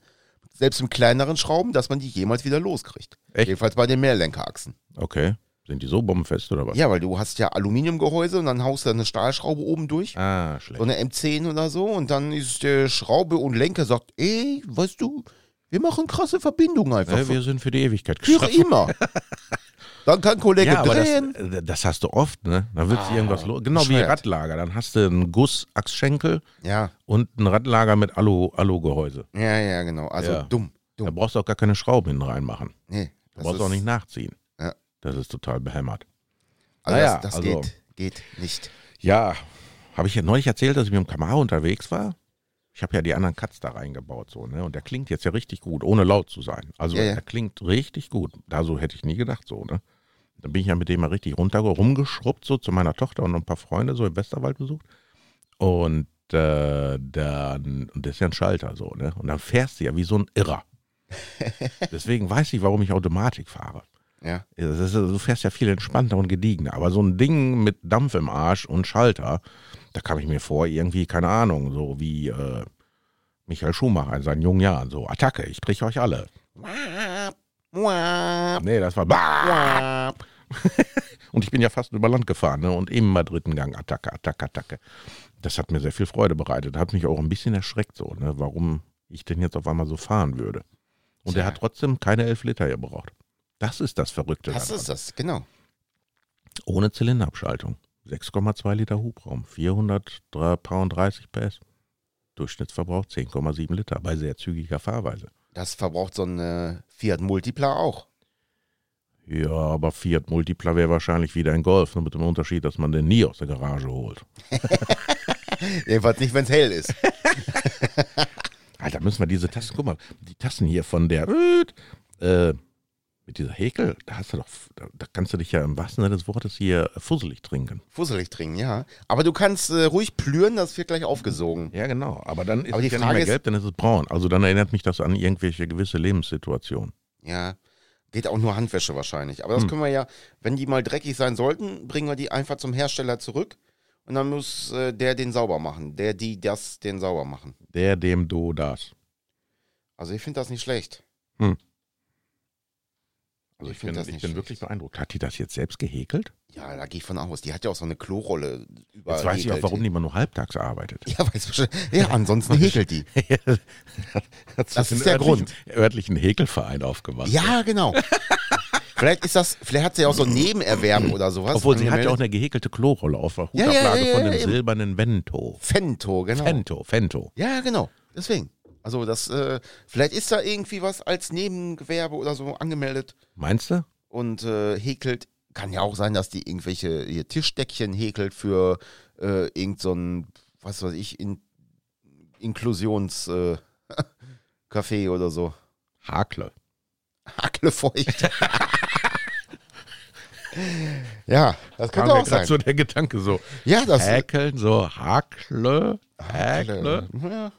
selbst im kleineren Schrauben, dass man die jemals wieder loskriegt. Echt? Jedenfalls bei den Mehrlenkerachsen. Okay. Sind die so bombenfest oder was? Ja, weil du hast ja Aluminiumgehäuse und dann haust du eine Stahlschraube oben durch. Ah, So schlecht. eine M10 oder so. Und dann ist der Schraube und Lenker sagt, ey, weißt du, wir machen krasse Verbindungen einfach. Ne, wir sind für die Ewigkeit Für geschaffen. immer. dann kann Kollege Ja, aber drehen. das, äh, das hast du oft, ne? Da Ah, wird irgendwas los. Genau wie bescheuert. Radlager. Dann hast du einen Guss-Achsschenkel ja, und ein Radlager mit Alu- Alu-Gehäuse. ja, ja, genau. Also Ja. dumm. da dumm. brauchst du auch gar keine Schrauben hinten reinmachen. Nee, Du brauchst auch nicht nachziehen. Ja. Das ist total behämmert. Also Naja, das, das also- geht, geht nicht. Ja, habe ich ja neulich erzählt, dass ich mit dem Camaro unterwegs war? Ich habe ja die anderen Cuts da reingebaut, so, ne? Und der klingt jetzt ja richtig gut, ohne laut zu sein. Also Ja, ja. der klingt richtig gut. Da so hätte ich nie gedacht, so, ne? Dann bin ich ja mit dem mal richtig runter rumgeschrubbt, so zu meiner Tochter und noch ein paar Freunde so im Westerwald besucht. Und äh, dann, und das ist ja ein Schalter so, ne? Und dann fährst du ja wie so ein Irrer. Deswegen weiß ich, warum ich Automatik fahre. Ja. Ja, Das ist, du fährst ja viel entspannter und gediegener. Aber so ein Ding mit Dampf im Arsch und Schalter, da kam ich mir vor, irgendwie, keine Ahnung, so wie äh, Michael Schumacher in seinen jungen Jahren. So, Attacke, ich brich euch alle. Nee, das war. Und ich bin ja fast über Land gefahren, ne? Und eben mal dritten Gang, Attacke, Attacke, Attacke. Das hat mir sehr viel Freude bereitet. Hat mich auch ein bisschen erschreckt, so, ne? Warum ich denn jetzt auf einmal so fahren würde. Und er Tja. hat trotzdem keine elf Liter gebraucht. Das ist das Verrückte. Das daran. ist das, genau. Ohne Zylinderabschaltung. 6,2 Liter Hubraum, 433 PS. Durchschnittsverbrauch 10,7 Liter bei sehr zügiger Fahrweise. Das verbraucht so ein äh, Fiat Multipla auch. Ja, aber Fiat Multipla wäre wahrscheinlich wieder ein Golf, nur mit dem Unterschied, dass man den nie aus der Garage holt. Jedenfalls nicht, wenn es hell ist. Alter, müssen wir diese Tasten, guck mal, die Tasten hier von der, äh, mit dieser Häkel, da hast du doch, da, da kannst du dich ja im wahrsten Sinne des Wortes hier fusselig trinken. Fusselig trinken, ja. Aber du kannst äh, ruhig plüren, das wird gleich aufgesogen. Ja, genau, aber dann ist Aber die es ja nicht Frage mehr ist- gelb, dann ist es braun. Also dann erinnert mich das an irgendwelche gewisse Lebenssituationen. Ja. Geht auch nur Handwäsche wahrscheinlich. Aber das können wir ja, wenn die mal dreckig sein sollten, bringen wir die einfach zum Hersteller zurück. Und dann muss äh, der den sauber machen. Der, die, das, den sauber machen. Der, dem, do, das. Also ich finde das nicht schlecht. Also Also Ich ich, find bin, das ich nicht bin schlecht. wirklich beeindruckt. Hat die das jetzt selbst gehäkelt? Ja, da gehe ich von aus. Die hat ja auch so eine Klorolle über. Jetzt weiß ich auch, warum die immer nur halbtags arbeitet. Ja, weiß bestimmt. Ja, ansonsten häkelt die. Das ist der Grund. örtlichen Häkelverein aufgemacht. Ja, genau. vielleicht ist das, vielleicht hat sie ja auch so ein Nebenerwerb oder sowas. Obwohl sie hat ja auch angemeldet. eine gehäkelte Klorolle auf der Ja, ja, Hutablage ja, von ja, dem eben. silbernen Vento. Fento, genau. Fento, Fento. Ja, genau. Deswegen. Also das, äh, vielleicht ist da irgendwie was als Nebengewerbe oder so angemeldet Meinst du? und äh, häkelt. Kann ja auch sein, dass die irgendwelche hier Tischdeckchen häkelt für äh, irgend so ein, was weiß ich, in, Inklusions äh, Café oder so. Hakle. Hacklefeucht. ja, das könnte mir auch grad sein. so der Gedanke so. Ja, das Häkeln, so Hakle, Häkle. Äh, Ja.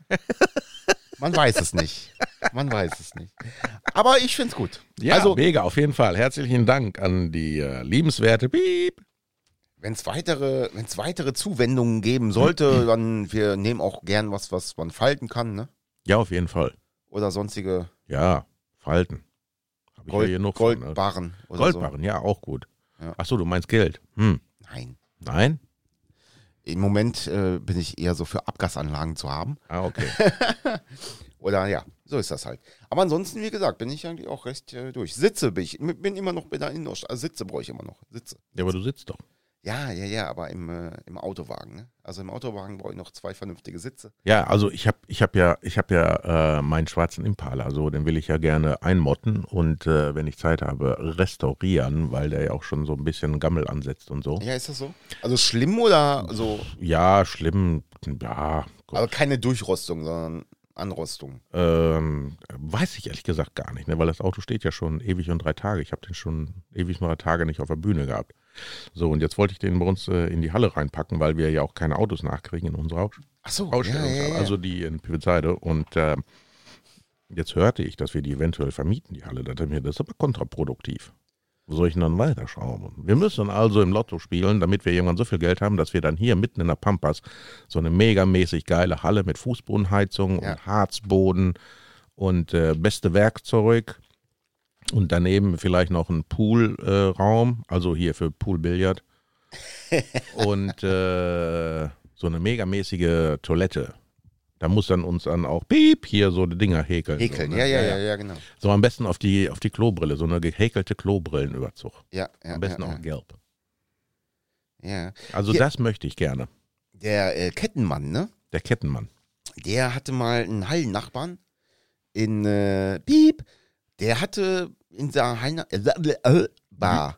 Man weiß es nicht. Man weiß es nicht. Aber ich finde es gut. Ja, also, mega, auf jeden Fall. Herzlichen Dank an die äh, liebenswerte Piep. wenn es weitere, wenn's weitere Zuwendungen geben sollte, dann wir nehmen auch gern was, was man falten kann, ne? Ja, auf jeden Fall. Oder sonstige Ja, Falten. Hab ich ja Gold, genug von, ne? Goldbarren oder Goldbarren, ja, auch gut. Ja. Ach so, du meinst Geld. Hm. so. Nein. Nein? Im Moment äh, bin ich eher so für Abgasanlagen zu haben. Ah, okay. Oder ja, so ist das halt. Aber ansonsten, wie gesagt, bin ich eigentlich auch recht äh, durch. Sitze bin ich, bin immer noch bei der Indoor, also Sitze brauche ich immer noch. Sitze. ja, aber du sitzt doch. Ja, ja, ja, aber im, äh, im Autowagen. Ne? Also im Autowagen brauche ich noch zwei vernünftige Sitze. Ja, also ich habe ich hab ja, ich hab ja äh, meinen schwarzen Impala, so den will ich ja gerne einmotten und äh, wenn ich Zeit habe, restaurieren, weil der ja auch schon so ein bisschen Gammel ansetzt und so. Ja, ist das so? Also schlimm oder so? Ja, schlimm, ja, Aber Gott, keine Durchrostung, sondern Anrostung. ähm, weiß ich ehrlich gesagt gar nicht, ne, weil das Auto steht ja schon ewig und drei Tage. Ich habe den schon ewig und drei Tage nicht auf der Bühne gehabt. So, und jetzt wollte ich den bei uns äh, in die Halle reinpacken, weil wir ja auch keine Autos nachkriegen in unserer Aus- Ach so, Ausstellung, ja, ja, ja. also die in Pivitzheide. Und ähm, jetzt hörte ich, dass wir die eventuell vermieten, die Halle. Da dachte ich mir, das ist aber kontraproduktiv. Wo soll ich denn dann weiterschrauben? Wir müssen also im Lotto spielen, damit wir irgendwann so viel Geld haben, dass wir dann hier mitten in der Pampas so eine megamäßig geile Halle mit Fußbodenheizung Ja. und Harzboden und äh, beste Werkzeug Und daneben vielleicht noch ein Poolraum, also hier für Poolbillard. und äh, so eine megamäßige Toilette. Da muss dann uns dann auch piep hier so die Dinger häkeln. Häkeln, so, ne? ja, ja, ja, ja, genau. So am besten auf die, auf die Klobrille, so eine gehäkelte Klobrillenüberzug. Ja, ja, Am besten ja, auch gelb. ja. ja. Also Hier- das möchte ich gerne. Der äh, Kettenmann, ne? Der Kettenmann. der hatte mal einen Hallennachbarn in äh, Piep. Der hatte in seiner Heina, äh, Bar,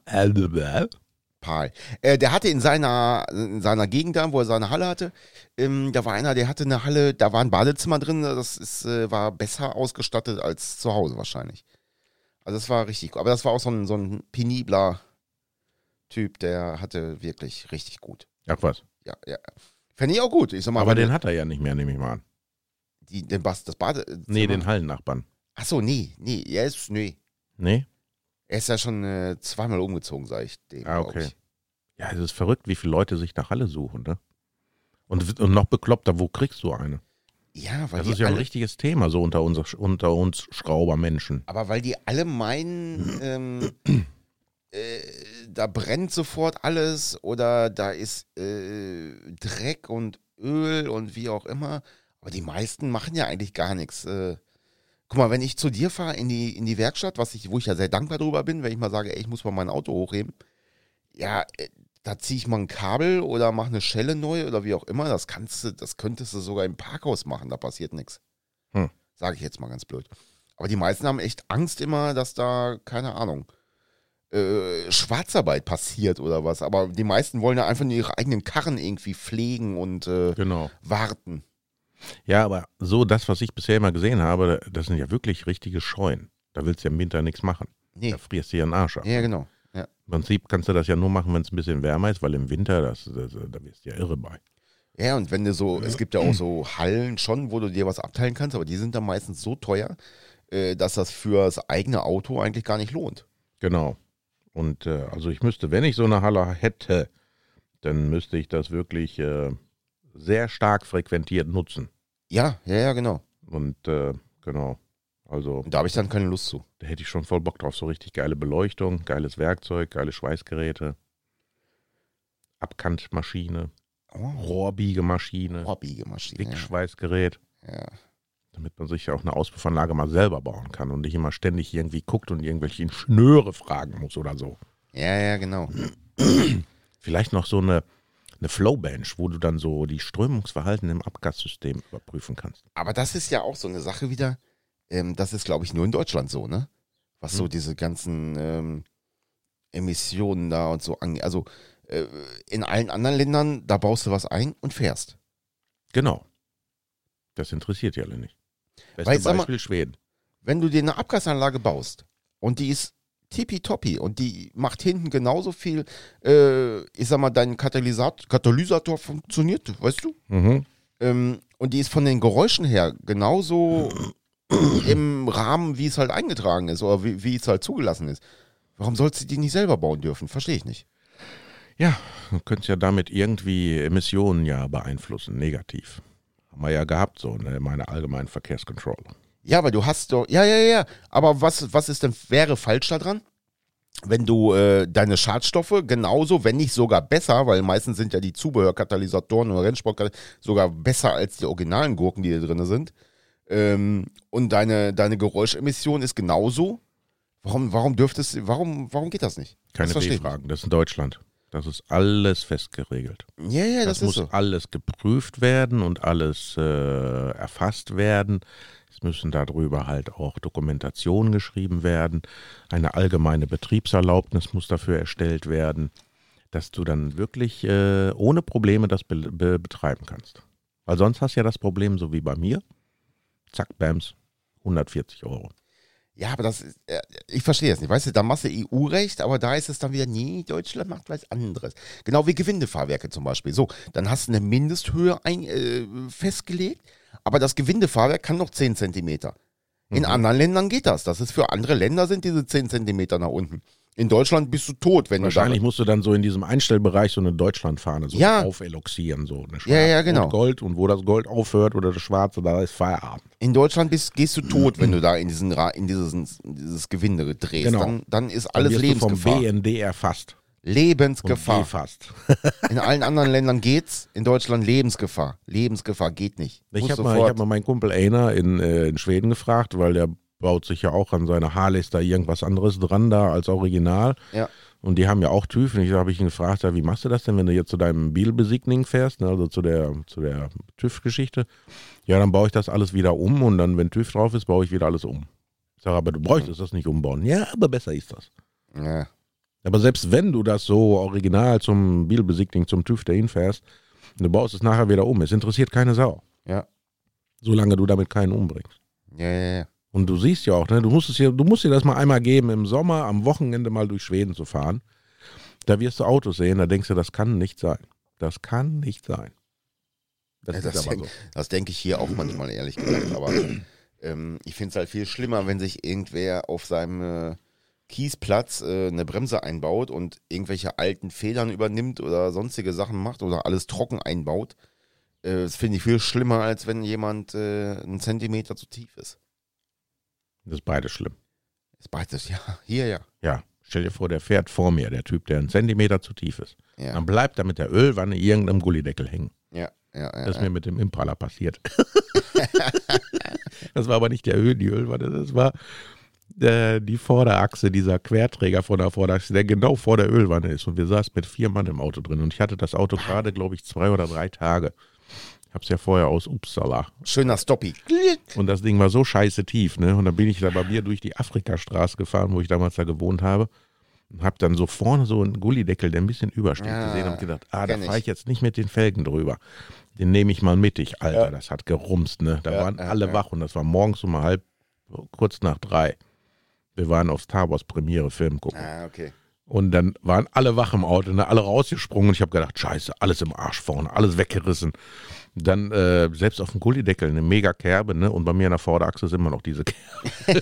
Pal. Äh, der hatte in seiner, in seiner Gegend da, wo er seine Halle hatte, ähm, da war einer, der hatte eine Halle, da war ein Badezimmer drin, das ist, äh, war besser ausgestattet als zu Hause wahrscheinlich. Also das war richtig gut. Aber das war auch so ein, so ein penibler Typ, der hatte wirklich richtig gut. Ach was. Ja, ja. Fände ich auch gut. Ich sag mal, Aber wenn den hat er ja nicht mehr, nehme ich mal an. die, den Bas, das Bade. äh, Nee, den Hallennachbarn. Achso, nee, nee, er ist, nee. Nee? Er ist ja schon äh, zweimal umgezogen, sag ich dem. Ah, glaub okay. Ich. Ja, es ist verrückt, wie viele Leute sich nach Halle suchen, ne? Und, und noch bekloppter, wo kriegst du eine? Ja, weil Das die ist ja ein alle, richtiges Thema, so unter, unser, unter uns Schraubermenschen. Aber weil die alle meinen, ähm, äh, da brennt sofort alles oder da ist äh, Dreck und Öl und wie auch immer. Aber die meisten machen ja eigentlich gar nichts. Äh, guck mal, wenn ich zu dir fahre in die, in die Werkstatt, was ich, wo ich ja sehr dankbar drüber bin, wenn ich mal sage, ey, ich muss mal mein Auto hochheben, ja, äh, da ziehe ich mal ein Kabel oder mache eine Schelle neu oder wie auch immer. Das kannst du, das könntest du sogar im Parkhaus machen, da passiert nichts. Hm. Sage ich jetzt mal ganz blöd. Aber die meisten haben echt Angst immer, dass da, keine Ahnung, äh, Schwarzarbeit passiert oder was. Aber die meisten wollen ja einfach nur ihre eigenen Karren irgendwie pflegen und äh, Genau. warten. Ja, aber so das, was ich bisher immer gesehen habe, das sind ja wirklich richtige Scheunen. Da willst du ja im Winter nichts machen. Nee. Da frierst du ja einen Arsch ab. Ja, genau. Ja. Im Prinzip kannst du das ja nur machen, wenn es ein bisschen wärmer ist, weil im Winter, das, das, da wirst du ja irre bei. ja, und wenn du so, es gibt ja auch so Hallen schon, wo du dir was abteilen kannst, aber die sind dann meistens so teuer, äh, dass das fürs eigene Auto eigentlich gar nicht lohnt. Genau. Und äh, also ich müsste, wenn ich so eine Halle hätte, dann müsste ich das wirklich äh, sehr stark frequentiert nutzen. Ja, ja, ja, genau. Und äh, genau. Also Und da habe ich dann keine Lust zu. da hätte ich schon voll Bock drauf. So richtig geile Beleuchtung, geiles Werkzeug, geile Schweißgeräte, Abkantmaschine, Oh, Rohrbiegemaschine, Rohrbiegemaschine. Dickschweißgerät. Ja, ja. damit man sich ja auch eine Auspuffanlage mal selber bauen kann und nicht immer ständig irgendwie guckt und irgendwelche Ingenieure fragen muss oder so. ja, ja, genau. Vielleicht noch so eine, eine Flowbench, wo du dann so die Strömungsverhalten im Abgassystem überprüfen kannst. Aber das ist ja auch so eine Sache wieder, ähm, das ist, glaube ich, nur in Deutschland so, ne? Was so diese ganzen ähm, Emissionen da und so angeht. Also äh, in allen anderen Ländern, da baust du was ein und fährst. Genau. Das interessiert ja alle nicht. Beste Weil, sag mal- Beispiel Schweden. Wenn du dir eine Abgasanlage baust und die ist tippitoppi und die macht hinten genauso viel, äh, ich sag mal, dein Katalysator, Katalysator funktioniert, weißt du? Mhm. Ähm, und die ist von den Geräuschen her genauso im Rahmen, wie es halt eingetragen ist oder wie, wie es halt zugelassen ist. Warum sollst du die nicht selber bauen dürfen? Verstehe ich nicht. Ja, du könntest ja damit irgendwie Emissionen ja beeinflussen, negativ. Haben wir ja gehabt, so ne, meine allgemeinen Verkehrskontrolle. Ja, aber du hast doch. Ja, ja, ja. Aber was, was ist denn, wäre falsch daran? Wenn du äh, deine Schadstoffe genauso, wenn nicht sogar besser, weil meistens sind ja die Zubehörkatalysatoren oder Rennsport sogar besser als die originalen Gurken, die da drin sind. Ähm, und deine, deine Geräuschemission ist genauso. Warum, warum dürftest warum, warum geht das nicht? Keine Das verstehe ich B-Fragen, das ist in Deutschland. Das ist alles festgeregelt. nicht. Ja, ja, das, Das, muss ist so. alles geprüft werden und alles äh, erfasst werden. Es müssen darüber halt auch Dokumentationen geschrieben werden. Eine allgemeine Betriebserlaubnis muss dafür erstellt werden, dass du dann wirklich äh, ohne Probleme das be be betreiben kannst. Weil sonst hast du ja das Problem, so wie bei mir, zack, bams, 140 Euro. Ja, aber das ist, äh, ich verstehe es nicht. Weißt du, da machst du EU-Recht, aber da ist es dann wieder, nee, Deutschland macht was anderes. Genau wie Gewindefahrwerke zum Beispiel. So, dann hast du eine Mindesthöhe ein, äh, festgelegt, aber das Gewindefahrwerk kann noch Mhm. 10 Zentimeter. In anderen Ländern geht das. Das ist für andere Länder sind diese 10 Zentimeter nach unten. In Deutschland bist du tot, wenn Wahrscheinlich du musst du dann so in diesem Einstellbereich so eine Deutschlandfahne so Ja. aufeloxieren. So eine Ja, ja, genau. Und Gold und wo das Gold aufhört oder das Schwarze, da ist Feierabend. da, in Deutschland bist, gehst du tot, wenn du da in diesen Ra- in dieses, in dieses Gewinde drehst. Genau. Dann, dann ist Dann alles wirst du Lebensgefahr. Vom BND erfasst. Und Lebensgefahr. gefasst. In allen anderen Ländern geht's, in Deutschland Lebensgefahr. Lebensgefahr geht nicht. Ich Muss habe mal, ich sofort. hab mal meinen Kumpel Einer in, äh, in Schweden gefragt, weil der baut sich ja auch an seine Harleys da irgendwas anderes dran da als Original. Ja. Und die haben ja auch TÜV. Und ich habe ich ihn gefragt, ja, wie machst du das denn, wenn du jetzt zu deinem Bilbesigning fährst, ne, also zu der, zu der TÜV-Geschichte? Ja, dann baue ich das alles wieder um und dann, wenn TÜV drauf ist, baue ich wieder alles um. Ich sage, aber du bräuchtest das nicht umbauen. Ja, aber besser ist das. Ja. Aber selbst wenn du das so original zum Bilbesigning, zum TÜV dahin fährst, du baust es nachher wieder um. Es interessiert keine Sau. Ja. Solange du damit keinen umbringst. Ja, ja, ja. Und du siehst ja auch, ne, du musst es dir, du musst dir das mal einmal geben, im Sommer am Wochenende mal durch Schweden zu fahren. Da wirst du Autos sehen, da denkst du, das kann nicht sein. Das kann nicht sein. Das Ja, ist das aber denk- so. Das denke ich hier auch manchmal, ehrlich gesagt. Aber ähm, ich finde es halt viel schlimmer, wenn sich irgendwer auf seinem äh, Kiesplatz äh, eine Bremse einbaut und irgendwelche alten Federn übernimmt oder sonstige Sachen macht oder alles trocken einbaut. Äh, das finde ich viel schlimmer, als wenn jemand äh, einen Zentimeter zu tief ist. Das ist beides schlimm. Ist beides, ja. Hier, ja. Ja, stell dir vor, der fährt vor mir, der Typ, der einen Zentimeter zu tief ist. Ja, Dann bleibt er mit der Ölwanne irgendeinem Gullideckel hängen. ja, ja. ja, Das ist ja. mir mit dem Impala passiert. das war aber nicht der Öl, die Ölwanne, das war äh, die Vorderachse, dieser Querträger von der Vorderachse, der genau vor der Ölwanne ist. Und wir saßen mit vier Mann im Auto drin. Und ich hatte das Auto gerade, glaube ich, zwei oder drei Tage. Ich hab's ja vorher aus Uppsala. Schöner Stoppi. Und das Ding war so scheiße tief, ne? Und dann bin ich da bei mir durch die Afrikastraße gefahren, wo ich damals da gewohnt habe. Und hab dann so vorne so einen Gullideckel, der ein bisschen übersteht, Ja, gesehen und hab gedacht, ah, da kenn fahre ich. ich jetzt nicht mit den Felgen drüber. Den nehme ich mal mittig. Alter, das hat gerumst, ne? Da Ja, waren ja, alle ja. wach und das war morgens um halb, kurz nach drei. Wir waren auf Star Wars Premiere Film gucken. Ah, okay. Und dann waren alle wach im Auto, ne? alle rausgesprungen. Und ich habe gedacht, scheiße, alles im Arsch vorne, alles weggerissen. Dann äh, selbst auf dem Gullideckel eine mega Kerbe. Ne? Und bei mir an der Vorderachse ist immer noch diese Kerbe.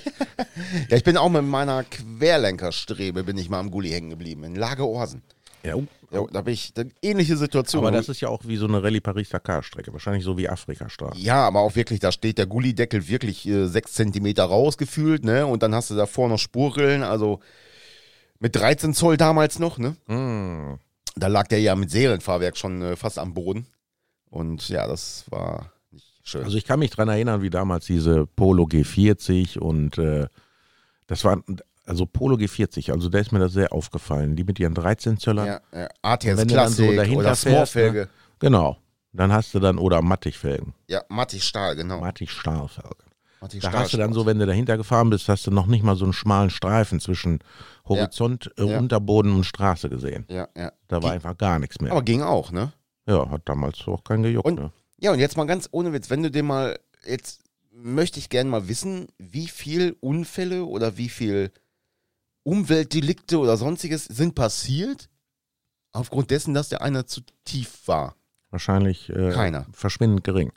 Ja, ich bin auch mit meiner Querlenkerstrebe bin ich mal am Gully hängen geblieben. In Lageorsen. Ja, Ja, da bin ich, da, ähnliche Situation. Oh. aber das ist ja auch wie so eine Rallye Paris-Dakar-Strecke. Wahrscheinlich so wie Afrika-Straße. Ja, aber auch wirklich, da steht der Gullideckel wirklich äh, sechs Zentimeter rausgefühlt, ne? Und dann hast du davor noch Spurrillen, also mit 13 Zoll damals noch, ne? Mm. Da lag der ja mit Serienfahrwerk schon äh, fast am Boden. Und ja, das war nicht schön. Also ich kann mich dran erinnern, wie damals diese Polo G40 und äh, das war, also Polo G40, also da ist mir das sehr aufgefallen. Die mit ihren 13 Zöllern. ja, ja, Wenn ATS du dann so Classic dahinter oder fährst, ne? Smallfelge. Genau. Dann hast du dann, oder Mattigfelgen. Ja, Matti Stahl, genau. Mattig Stahlfelgen. Matti Da Stahl hast du dann Sport. so, wenn du dahinter gefahren bist, hast du noch nicht mal so einen schmalen Streifen zwischen Horizont, Äh, Ja. Unterboden und Straße gesehen. Ja, ja. Da war Ging- einfach gar nichts mehr. Aber ging auch, ne? ja, hat damals auch keinen gejuckt. Und- ne? Ja, und jetzt mal ganz ohne Witz, wenn du dir mal, jetzt möchte ich gerne mal wissen, wie viel Unfälle oder wie viel Umweltdelikte oder sonstiges sind passiert, aufgrund dessen, dass der einer zu tief war. Wahrscheinlich äh, Keiner. verschwindend gering.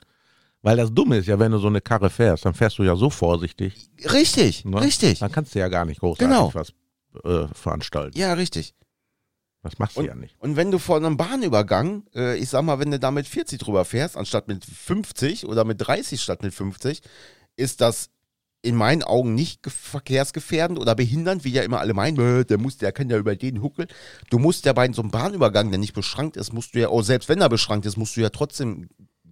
Weil das Dumme ist ja, wenn du so eine Karre fährst, dann fährst du ja so vorsichtig, Richtig, Ne? richtig. dann kannst du ja gar nicht großartig Genau. was äh, veranstalten. Ja, richtig. Das machst du ja nicht. Und wenn du vor einem Bahnübergang, äh, ich sag mal, wenn du da mit 40 drüber fährst, anstatt mit 50 oder mit 30 statt mit 50, ist das in meinen Augen nicht ge- verkehrsgefährdend oder behindernd, wie ja immer alle meinen, "Äh, der muss, der kann ja über den huckeln. Du musst ja bei so einem Bahnübergang, der nicht beschrankt ist, musst du ja, oh, selbst wenn er beschrankt ist, musst du ja trotzdem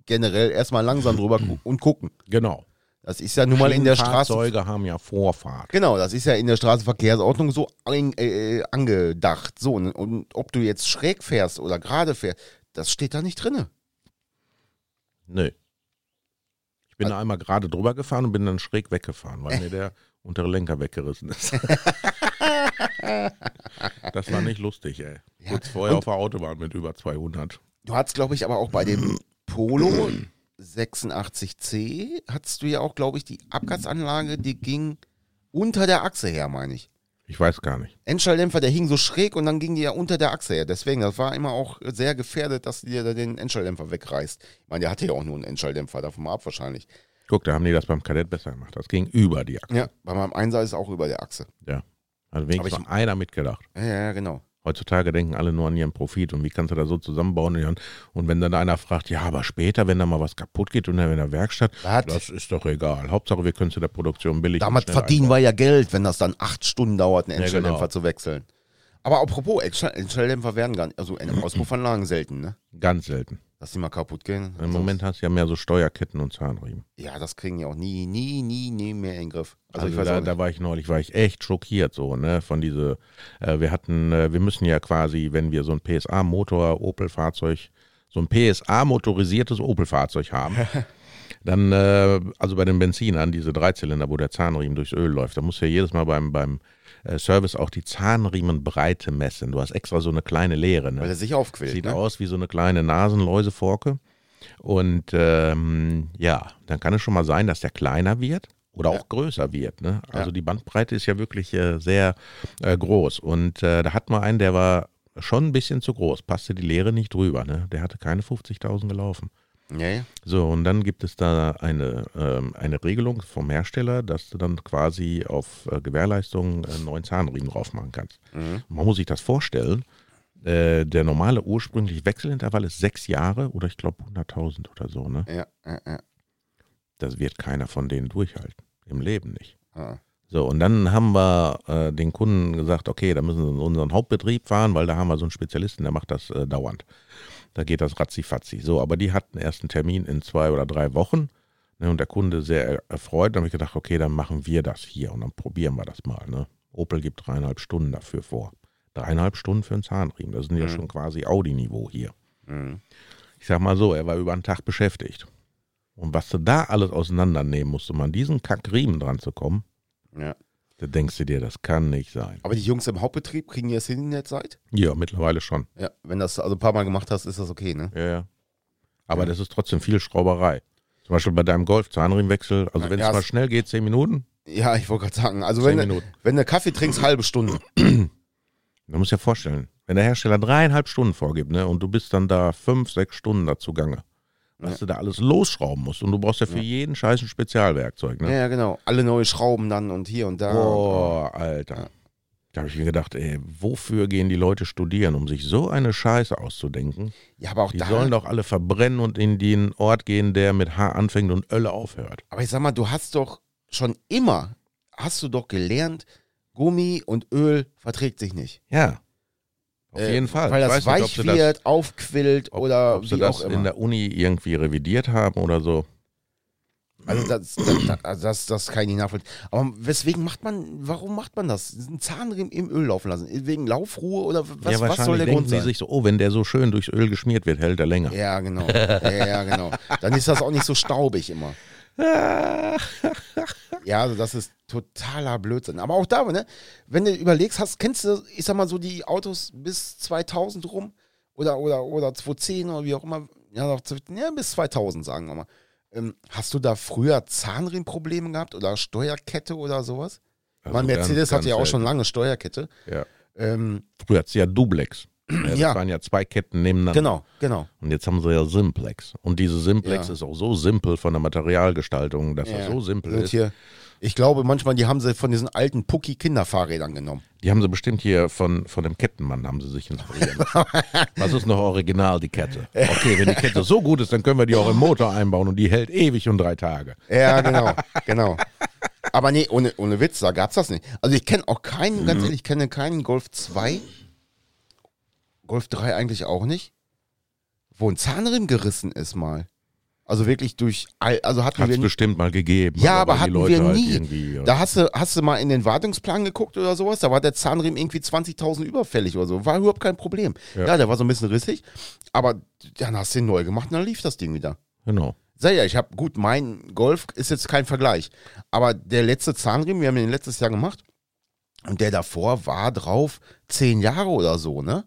generell erstmal langsam drüber gu und gucken. Genau. Das ist ja nun mal in der Straße. Fahrzeuge haben ja Vorfahrt. Genau, das ist ja in der Straßenverkehrsordnung so ein, äh, angedacht. So, und, und ob du jetzt schräg fährst oder gerade fährst, das steht da nicht drin. Nö. Ich bin da einmal gerade drüber gefahren und bin dann schräg weggefahren, weil mir der untere Lenker weggerissen ist. das war nicht lustig, ey. Kurz vorher auf der Autobahn mit über 200. Du hattest, glaube ich, aber auch bei dem Polo 86C, hattest du ja auch, glaube ich, die Abgasanlage, die ging unter der Achse her, meine ich. Ich weiß gar nicht. Endschalldämpfer, der hing so schräg und dann ging die ja unter der Achse her. Deswegen, das war immer auch sehr gefährdet, dass dir da den Endschalldämpfer wegreißt. Ich meine, der hatte ja auch nur einen Endschalldämpfer, davon mal ab wahrscheinlich. Guck, da haben die das beim Kadett besser gemacht. Das ging über die Achse. Ja, bei meinem Einser ist auch über der Achse. Ja. Also Aber wenigstens ich- mal einer mitgedacht. Ja, ja, genau. Heutzutage denken alle nur an ihren Profit und wie kannst du da so zusammenbauen? Jan? Und wenn dann einer fragt, ja, aber später, wenn da mal was kaputt geht und in der Werkstatt, Was? das ist doch egal. Hauptsache, wir können zu der Produktion billig. und Damals schnell verdienen einkaufen. wir ja Geld, wenn das dann acht Stunden dauert, einen Ja, Endschalldämpfer genau. zu wechseln. Aber apropos, Endschall- Endschalldämpfer werden gar nicht, also in Auspuffanlagen selten, ne? Ganz selten. Dass die mal kaputt gehen. Im Moment hast du ja mehr so Steuerketten und Zahnriemen. Ja, das kriegen die auch nie, nie, nie, nie mehr in den Griff. Also, Also, ich weiß da, auch nicht. da war ich neulich, war ich echt schockiert so, ne, von diese, äh, wir hatten, äh, wir müssen ja quasi, wenn wir so ein PSA-Motor, Opel-Fahrzeug, so ein PSA-motorisiertes Opel-Fahrzeug haben, dann, äh, also bei den Benzinern, diese Dreizylinder, wo der Zahnriemen durchs Öl läuft, da musst du ja jedes Mal beim, beim äh, Service auch die Zahnriemenbreite messen. Du hast extra so eine kleine Leere, ne? Weil er sich aufquält. Sieht ne? aus wie so eine kleine Nasenläuseforke. Und ähm, ja, dann kann es schon mal sein, dass der kleiner wird oder auch größer wird. Ne? Also Ja. die Bandbreite ist ja wirklich äh, sehr äh, groß. Und äh, da hatten wir einen, der war schon ein bisschen zu groß, passte die Leere nicht drüber. Ne? Der hatte keine 50.000 gelaufen. Nee. So, und dann gibt es da eine, ähm, eine Regelung vom Hersteller, dass du dann quasi auf äh, Gewährleistung äh, einen neuen Zahnriemen drauf machen kannst. Man muss sich das vorstellen. Äh, der normale ursprüngliche Wechselintervall ist sechs Jahre oder ich glaube 100.000 oder so. Ne? Ja, ja, ja. Das wird keiner von denen durchhalten. Im Leben nicht. ja. So, und dann haben wir äh, den Kunden gesagt, okay, da müssen sie in unseren Hauptbetrieb fahren, weil da haben wir so einen Spezialisten, der macht das äh, dauernd. Da geht das ratzi-fatzi. So, aber die hatten erst einen Termin in zwei oder drei Wochen. Ne, und der Kunde sehr er- erfreut. Dann habe ich gedacht, okay, dann machen wir das hier und dann probieren wir das mal. Ne? Opel gibt dreieinhalb Stunden dafür vor. Dreieinhalb Stunden für einen Zahnriemen. Das sind ja schon quasi Audi-Niveau hier. Mhm. Ich sag mal so, er war über einen Tag beschäftigt. Und was du da alles auseinandernehmen musst, um an diesen Kackriemen dran zu kommen, ja. da denkst du dir, das kann nicht sein. Aber die Jungs im Hauptbetrieb kriegen die das hin in der Zeit? Ja, mittlerweile schon. Ja, wenn das also ein paar Mal gemacht hast, ist das okay, ne? Ja, ja. Aber das ist trotzdem viel Schrauberei. Zum Beispiel bei deinem Golf, Zahnriemenwechsel. Also wenn es Ja, mal es- schnell geht, 10 Minuten, Ja, ich wollte gerade sagen, also 10 wenn, du- Minuten. wenn du Kaffee trinkst, halbe Stunde. Man muss ja vorstellen, wenn der Hersteller dreieinhalb Stunden vorgibt, ne, und du bist dann da fünf, sechs Stunden dazu gange, was du da alles losschrauben musst. Und du brauchst ja für jeden Scheiß ein Spezialwerkzeug, Ja, ne? ja, genau. Alle neue Schrauben dann und hier und da. Boah, Alter. Ja. Da habe ich mir gedacht, ey, wofür gehen die Leute studieren, um sich so eine Scheiße auszudenken? Ja, aber auch Die da. sollen doch alle verbrennen und in den Ort gehen, der mit H anfängt und Ölle aufhört. Aber ich sag mal, du hast doch schon immer, hast du doch gelernt, Gummi und Öl verträgt sich nicht. Ja. Auf Äh, jeden Fall. Weil Ah, Ich das weiß nicht, ob weich sie wird, aufquillt ob, oder ob sie wie das auch immer. in der Uni irgendwie revidiert haben oder so. Also das, das, das- also das, das kann ich nicht nachvollziehen. Aber weswegen macht man, warum macht man das? Einen Zahnriemen im Öl laufen lassen? Wegen Laufruhe oder was, ja, was soll der denken Grund sie sein? sich so, oh, wenn der so schön durchs Öl geschmiert wird, hält er länger. ja, genau. Ja, ja, genau. Dann ist das auch nicht so staubig immer. Ja, also das ist totaler Blödsinn. Aber auch da, ne, wenn du überlegst, hast, kennst du, ich sag mal so, die Autos bis 2000 rum oder, oder, oder 2010 oder wie auch immer, ja, noch zu- ja bis 2000 sagen wir mal. Ähm, hast du da früher Zahnriemenprobleme gehabt oder Steuerkette oder sowas? Also mein ganz, Mercedes ganz hatte ja auch schon selten. lange Steuerkette. Ja. Ähm, Früher hat sie ja Duplex. Ja, das Ja. waren ja zwei Ketten nebeneinander. Genau, genau. Und jetzt haben sie ja Simplex. Und diese Simplex Ja. ist auch so simpel von der Materialgestaltung, dass Ja. das so simpel Und ist. Hier, ich glaube, manchmal, die haben sie von diesen alten Pucki-Kinderfahrrädern genommen. Die haben sie bestimmt hier von, von dem Kettenmann haben sie sich inspiriert. Was ist noch original, die Kette? Okay, wenn die Kette so gut ist, dann können wir die auch im Motor einbauen und die hält ewig und drei Tage. Ja, genau, genau. Aber nee, ohne, ohne Witz, da gab's das nicht. Also ich kenne auch keinen, Mhm. ganz ehrlich, ich kenne keinen Golf 2, Golf 3 eigentlich auch nicht, wo ein Zahnriemen gerissen ist mal. Also wirklich durch, all- also hatten Hat wir es nie- bestimmt mal gegeben. Ja, aber weil die hatten wir Leute halt nie. irgendwie, äh, Da hast du, hast du mal in den Wartungsplan geguckt oder sowas, da war der Zahnriemen irgendwie 20.000 überfällig oder so. War überhaupt kein Problem. Ja. Ja. der war so ein bisschen rissig, aber dann hast du ihn neu gemacht und dann lief das Ding wieder. genau. Sei ja, ich habe gut, mein Golf ist jetzt kein Vergleich, aber der letzte Zahnriemen, wir haben ihn letztes Jahr gemacht und der davor war drauf zehn Jahre oder so, ne?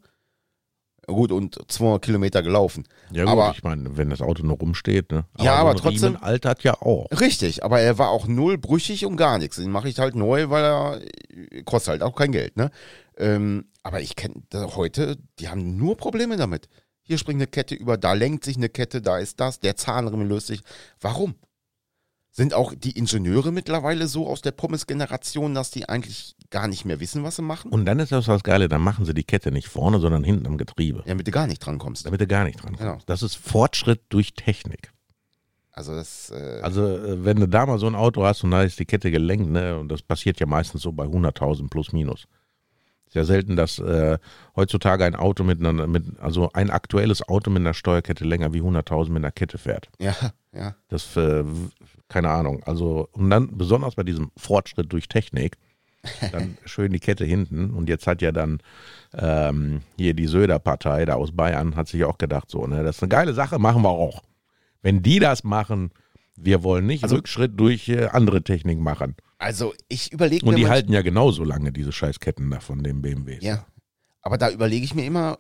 Gut, und 200 Kilometer gelaufen. Ja, gut, Aber- ich meine, wenn das Auto noch rumsteht, ne? Ja, aber so ein trotzdem- Riemen altert ja auch. Richtig, aber er war auch null brüchig und gar nichts. Den mache ich halt neu, weil er äh, kostet halt auch kein Geld, ne? Ähm, aber ich kenne heute, die haben nur Probleme damit. Hier springt eine Kette über, da lenkt sich eine Kette, da ist das, der Zahnriemen löst sich. Warum? Sind auch die Ingenieure mittlerweile so aus der Pommes-Generation, dass die eigentlich gar nicht mehr wissen, was sie machen? Und dann ist das das Geile, dann machen sie die Kette nicht vorne, sondern hinten am Getriebe, damit du gar nicht drankommst. damit du gar nicht dran kommst. Genau. Das ist Fortschritt durch Technik. Also das, äh, Also, äh, wenn du da mal so ein Auto hast und da ist die Kette gelenkt, ne, und das passiert ja meistens so bei 100.000 plus minus. Ist ja selten, dass äh, heutzutage ein Auto mit einer, mit, also ein aktuelles Auto mit einer Steuerkette länger wie 100.000 mit einer Kette fährt. ja, ja. Das, äh, w- keine Ahnung. Also, und dann besonders bei diesem Fortschritt durch Technik, dann schön die Kette hinten. Und jetzt hat ja dann ähm, hier die Söder-Partei da aus Bayern, hat sich auch gedacht, so, ne, das ist eine geile Sache, machen wir auch. Wenn die das machen, wir wollen nicht Rückschritt durch äh, andere Technik machen. Also ich überlege Und mir die manch- halten ja genauso lange diese Scheißketten da von den BMWs. Ja. Aber da überlege ich mir immer,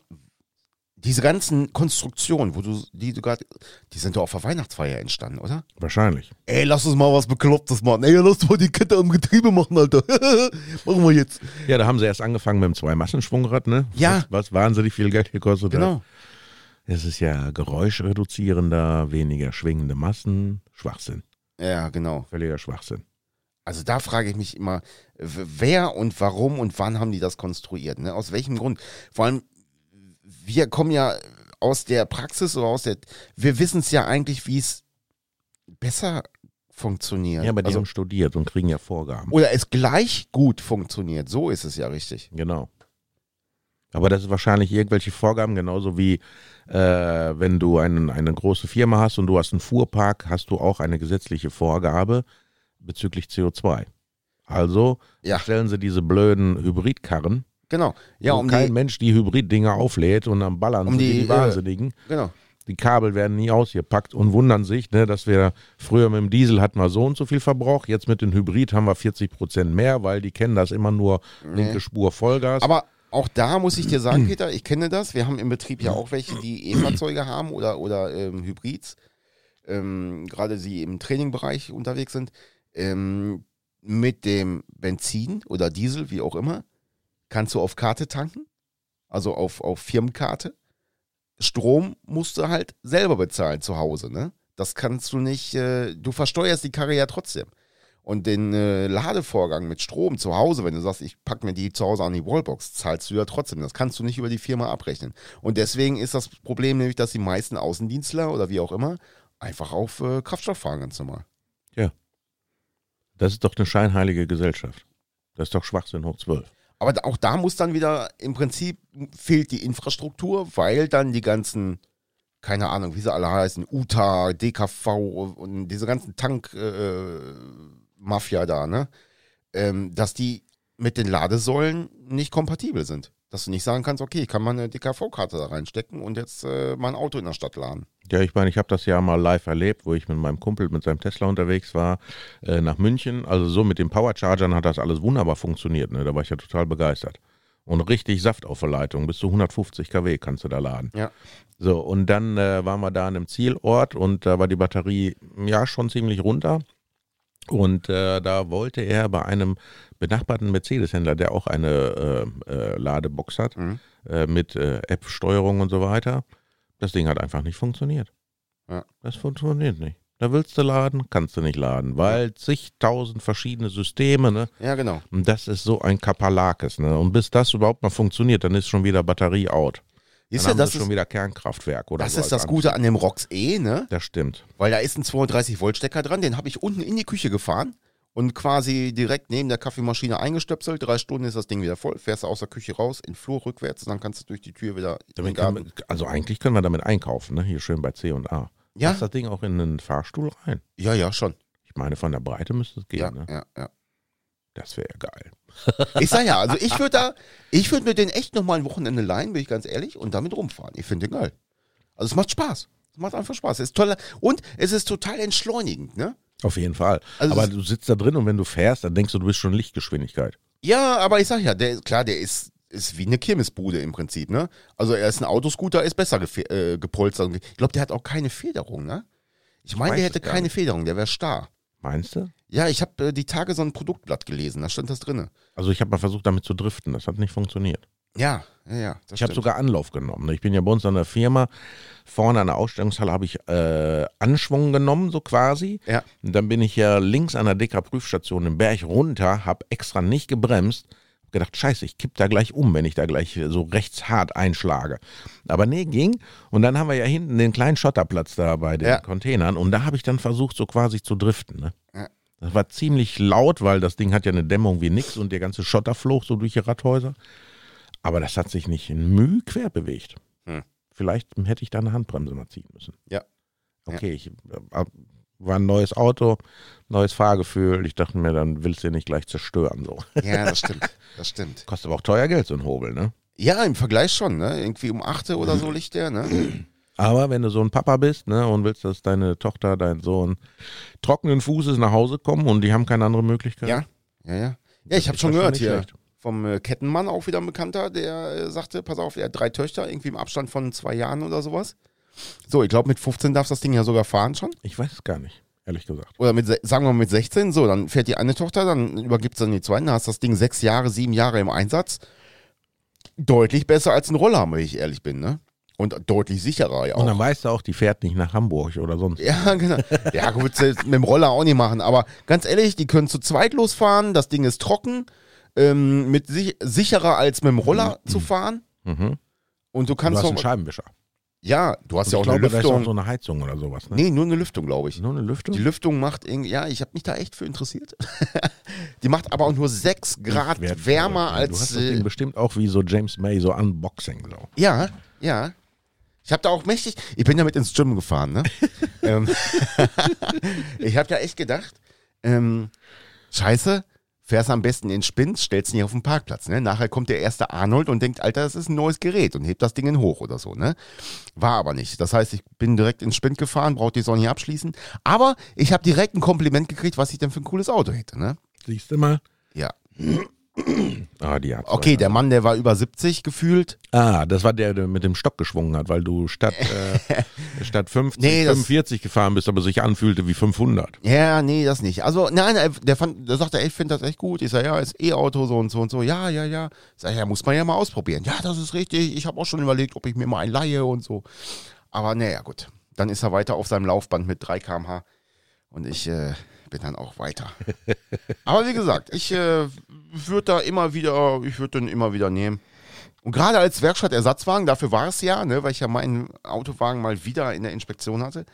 diese ganzen Konstruktionen, wo du, die du gerade, die sind doch auf der Weihnachtsfeier entstanden, oder? Wahrscheinlich. Ey, lass uns mal was Beklopptes machen. Ey, lass uns mal die Kette am Getriebe machen, Alter. machen wir jetzt. Ja, da haben sie erst angefangen mit dem Zwei-Massenschwungrad, ne? Ja. Was, was wahnsinnig viel Geld gekostet hat. Genau. Es ist ja geräuschreduzierender, weniger schwingende Massen. Schwachsinn. Ja, genau. Völliger Schwachsinn. Also da frage ich mich immer, w- wer und warum und wann haben die das konstruiert? Ne? Aus welchem Grund? Vor allem, wir kommen ja aus der Praxis oder aus der, wir wissen es ja eigentlich, wie es besser funktioniert. Ja, aber die also, haben studiert und kriegen ja Vorgaben. oder es gleich gut funktioniert. So ist es ja richtig. Genau. Aber das ist wahrscheinlich irgendwelche Vorgaben, genauso wie äh, wenn du einen, eine große Firma hast und du hast einen Fuhrpark, hast du auch eine gesetzliche Vorgabe bezüglich CO2. Also Ja. stellen sie diese blöden Hybridkarren, Genau. Ja, wo um kein die, Mensch die Hybriddinger auflädt und dann ballern Um sie wie die, die äh, Wahnsinnigen. genau. die Kabel werden nie ausgepackt und wundern sich, ne, dass wir früher mit dem Diesel hatten wir so und so viel Verbrauch, jetzt mit dem Hybrid haben wir 40 Prozent mehr, weil die kennen das immer nur linke Spur Vollgas. Aber auch da muss ich dir sagen, Peter, ich kenne das. Wir haben im Betrieb ja auch welche, die E-Fahrzeuge haben oder, oder ähm, Hybrids. Ähm, gerade die im Trainingbereich unterwegs sind. Ähm, mit dem Benzin oder Diesel, wie auch immer, kannst du auf Karte tanken. Also auf, auf Firmenkarte. Strom musst du halt selber bezahlen zu Hause. Ne? Das kannst du nicht, äh, du versteuerst die Karre ja trotzdem. Und den äh, Ladevorgang mit Strom zu Hause, wenn du sagst, ich packe mir die zu Hause an die Wallbox, zahlst du ja trotzdem. Das kannst du nicht über die Firma abrechnen. Und deswegen ist das Problem nämlich, dass die meisten Außendienstler oder wie auch immer einfach auf äh, Kraftstoff fahren ganz normal. das ist doch eine scheinheilige Gesellschaft. Das ist doch Schwachsinn hoch 12. Aber da- auch da muss dann wieder, im Prinzip fehlt die Infrastruktur, weil dann die ganzen, keine Ahnung, wie sie alle heißen, UTA, DKV und diese ganzen Tank-Mafia da, ne? Ähm, dass die mit den Ladesäulen nicht kompatibel sind. Dass du nicht sagen kannst, okay, ich kann meine DKV-Karte da reinstecken und jetzt äh, mein Auto in der Stadt laden. Ja, ich meine, ich habe das ja mal live erlebt, wo ich mit meinem Kumpel mit seinem Tesla unterwegs war äh, nach München. Also so mit den Powerchargern hat das alles wunderbar funktioniert. Ne? Da war ich ja total begeistert. Und richtig Saft auf der Leitung. Bis zu 150 kW kannst du da laden. Ja. So, und dann äh, waren wir da an einem Zielort und da war die Batterie ja schon ziemlich runter. Und äh, da wollte er bei einem benachbarten Mercedes-Händler, der auch eine äh, äh, Ladebox hat, Mhm. äh, mit äh, App-Steuerung und so weiter, das Ding hat einfach nicht funktioniert. Ja. Das funktioniert nicht. Da willst du laden, kannst du nicht laden, weil zigtausend verschiedene Systeme, ne? Ja, genau. Und das ist so ein Kaperlakes, ne? Und bis das überhaupt mal funktioniert, dann ist schon wieder Batterie out. Dann Ist haben ja, sie das ist, schon wieder Kernkraftwerk oder das so ist als das Gute an dem ROX E, ne? das stimmt. Weil da ist ein 32-Volt-Stecker dran, den habe ich unten in die Küche gefahren und quasi direkt neben der Kaffeemaschine eingestöpselt. Drei Stunden ist das Ding wieder voll, fährst du aus der Küche raus, in den Flur rückwärts und dann kannst du durch die Tür wieder in den Damit kann, Garten. also eigentlich können wir damit einkaufen, ne? Hier schön bei C und A. Ja. Passt das Ding auch in einen Fahrstuhl rein? Ja, ja, schon. Ich meine, von der Breite müsste es gehen, Ja, ne? ja, ja. Das wäre geil. Ich sag ja, also ich würde da, ich würde mir den echt nochmal ein Wochenende leihen, bin ich ganz ehrlich, und damit rumfahren. Ich finde den geil. Also es macht Spaß. Es macht einfach Spaß. Es ist toll. Und es ist total entschleunigend, ne? Auf jeden Fall. Also Aber es- du sitzt da drin und wenn du fährst, dann denkst du, du bist schon Lichtgeschwindigkeit. Ja, aber ich sag ja, der, klar, der ist, ist wie eine Kirmesbude im Prinzip, ne? Also er ist ein Autoscooter, ist besser gefe- äh, gepolstert. Ich glaube, der hat auch keine Federung, ne? Ich meine, weiß der es hätte gar keine nicht. Federung, der wäre starr. Meinst du? Ja, ich habe äh, die Tage so ein Produktblatt gelesen, da stand das drinne. Also ich habe mal versucht, damit zu driften. Das hat nicht funktioniert. Ja, ja, ja. das Ich habe stimmt. sogar Anlauf genommen. ne? Ich bin ja bei uns an der Firma. Vorne an der Ausstellungshalle habe ich äh, Anschwung genommen, so quasi. Ja. Und dann bin ich ja links an der Dicker Prüfstation im Berg runter, habe extra nicht gebremst. Hab gedacht, scheiße, ich kipp da gleich um, wenn ich da gleich äh, so rechts hart einschlage. Aber nee, ging. Und dann haben wir ja hinten den kleinen Schotterplatz da bei den Ja. Containern. Und da habe ich dann versucht, so quasi zu driften. Ne? Ja. Das war ziemlich laut, weil das Ding hat ja eine Dämmung wie nix und der ganze Schotter flog so durch die Radhäuser. Aber das hat sich nicht in Mühe quer bewegt. Hm. Vielleicht hätte ich da eine Handbremse mal ziehen müssen. Ja. Okay, ich äh, war ein neues Auto, neues Fahrgefühl. Ich dachte mir, dann willst du den nicht gleich zerstören. So. Ja, das stimmt. Das stimmt. Kostet aber auch teuer Geld, so ein Hobel, ne? Ja, im Vergleich schon, ne? Irgendwie um 8 Mhm. oder so liegt der, ne? Aber wenn du so ein Papa bist, ne, und willst, dass deine Tochter, dein Sohn trockenen Fußes nach Hause kommen und die haben keine andere Möglichkeit. Ja, ja, ja. Ja, Das ich habe ist das schon schon gehört nicht hier. schlecht. Vom äh, Kettenmann auch wieder ein Bekannter, der äh, sagte, pass auf, er hat drei Töchter, irgendwie im Abstand von zwei Jahren oder sowas. So, ich glaube, mit 15 darfst das Ding ja sogar fahren schon. Ich weiß es gar nicht, ehrlich gesagt. Oder mit, se- sagen wir mal mit 16, so, dann fährt die eine Tochter, dann übergibt's dann die zweite, dann hast das Ding sechs Jahre, sieben Jahre im Einsatz. Deutlich besser als ein Roller, wenn ich ehrlich bin, ne? Und deutlich sicherer ja auch. Und dann weißt du auch, die fährt nicht nach Hamburg oder sonst. Ja, genau. Ja, gut, selbst mit dem Roller auch nicht machen. Aber ganz ehrlich, die können zu zweit losfahren. Das Ding ist trocken. Ähm, mit sich, sicherer als mit dem Roller zu fahren. Mhm. Und du Du kannst hast einen auch. Scheibenwischer. Ja, du hast ja ich auch glaube, eine da ist auch Lüftung. so eine Heizung oder sowas. Ne? nee, nur eine Lüftung, glaube ich. Nur eine Die Lüftung? Lüftung macht irgendwie. Ja, ich habe mich da echt für interessiert. die macht aber auch nur 6 Grad Wertvoll. wärmer Ja, ne? Du als. hast das Ding äh, bestimmt auch wie so James May, so Unboxing. So. Ja, ja. Ich habe da auch mächtig, ich bin damit ins Gym gefahren, ne? ähm, ich habe da echt gedacht, ähm, scheiße, fährst am besten in Spind, stellst ihn hier auf den Parkplatz, ne? Nachher kommt der erste Arnold und denkt, Alter, das ist ein neues Gerät und hebt das Ding in hoch oder so, ne? War aber nicht. Das heißt, ich bin direkt in Spind gefahren, brauchte die Sonne nicht abschließen, aber ich habe direkt ein Kompliment gekriegt, was ich denn für ein cooles Auto hätte, ne? Siehst du mal? Ja. Ah, die hat's. Okay, der Mann, der war über 70 gefühlt. Ah, das war der, der mit dem Stock geschwungen hat, weil du statt, äh, statt 50, Nee, das- Um 45 gefahren bist, aber sich anfühlte wie 500. Ja, nee, das nicht. Also, nein, er- der, fand, der sagte, ey, ich finde das echt gut. Ich sage, ja, ist E-Auto so und so und so. Ja, ja, ja. Ich sage, ja, muss man ja mal ausprobieren. Ja, das ist richtig. Ich habe auch schon überlegt, ob ich mir mal einen leihe und so. Aber naja, gut. Dann ist er weiter auf seinem Laufband mit 3 km/h und ich äh, bin dann auch weiter. Aber wie gesagt, ich äh, würde da immer wieder, ich würde den immer wieder nehmen. Und gerade als Werkstattersatzwagen, dafür war es ja, ne, weil ich ja meinen Autowagen mal wieder in der Inspektion hatte,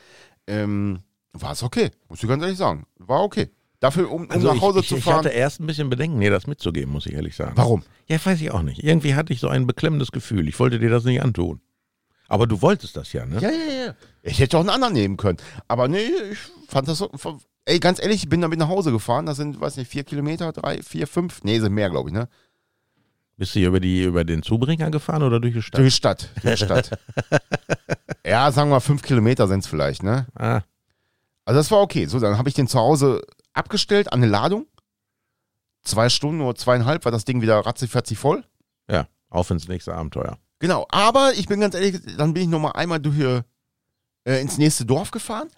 ähm, war es okay. Muss ich ganz ehrlich sagen. War okay. Dafür, um, um nach Also ich, Hause ich, zu ich fahren. hatte erst ein bisschen Bedenken, dir das mitzugeben, muss ich ehrlich sagen. Warum? Ja, weiß ich auch nicht. Irgendwie hatte ich so ein beklemmendes Gefühl. Ich wollte dir das nicht antun. Aber du wolltest das ja, ne? Ja, ja, ja. Ich hätte auch einen anderen nehmen können. Aber nee, ich fand das so. Ey, ganz ehrlich, ich bin damit nach Hause gefahren. Das sind, weiß nicht, vier Kilometer, drei, vier, fünf. Nee, sind mehr, glaube ich, ne? Bist du hier über, die, über den Zubringer gefahren oder durch die Stadt? Durch die Stadt. Durch die Stadt. ja, sagen wir mal, fünf Kilometer sind es vielleicht, ne? Ah, Also das war okay. So, dann habe ich den zu Hause abgestellt an eine Ladung. Zwei Stunden oder zweieinhalb war das Ding wieder ratzifatzi voll. ja. Auf ins nächste Abenteuer. Genau, aber ich bin ganz ehrlich, dann bin ich nochmal einmal durch hier, äh, ins nächste Dorf gefahren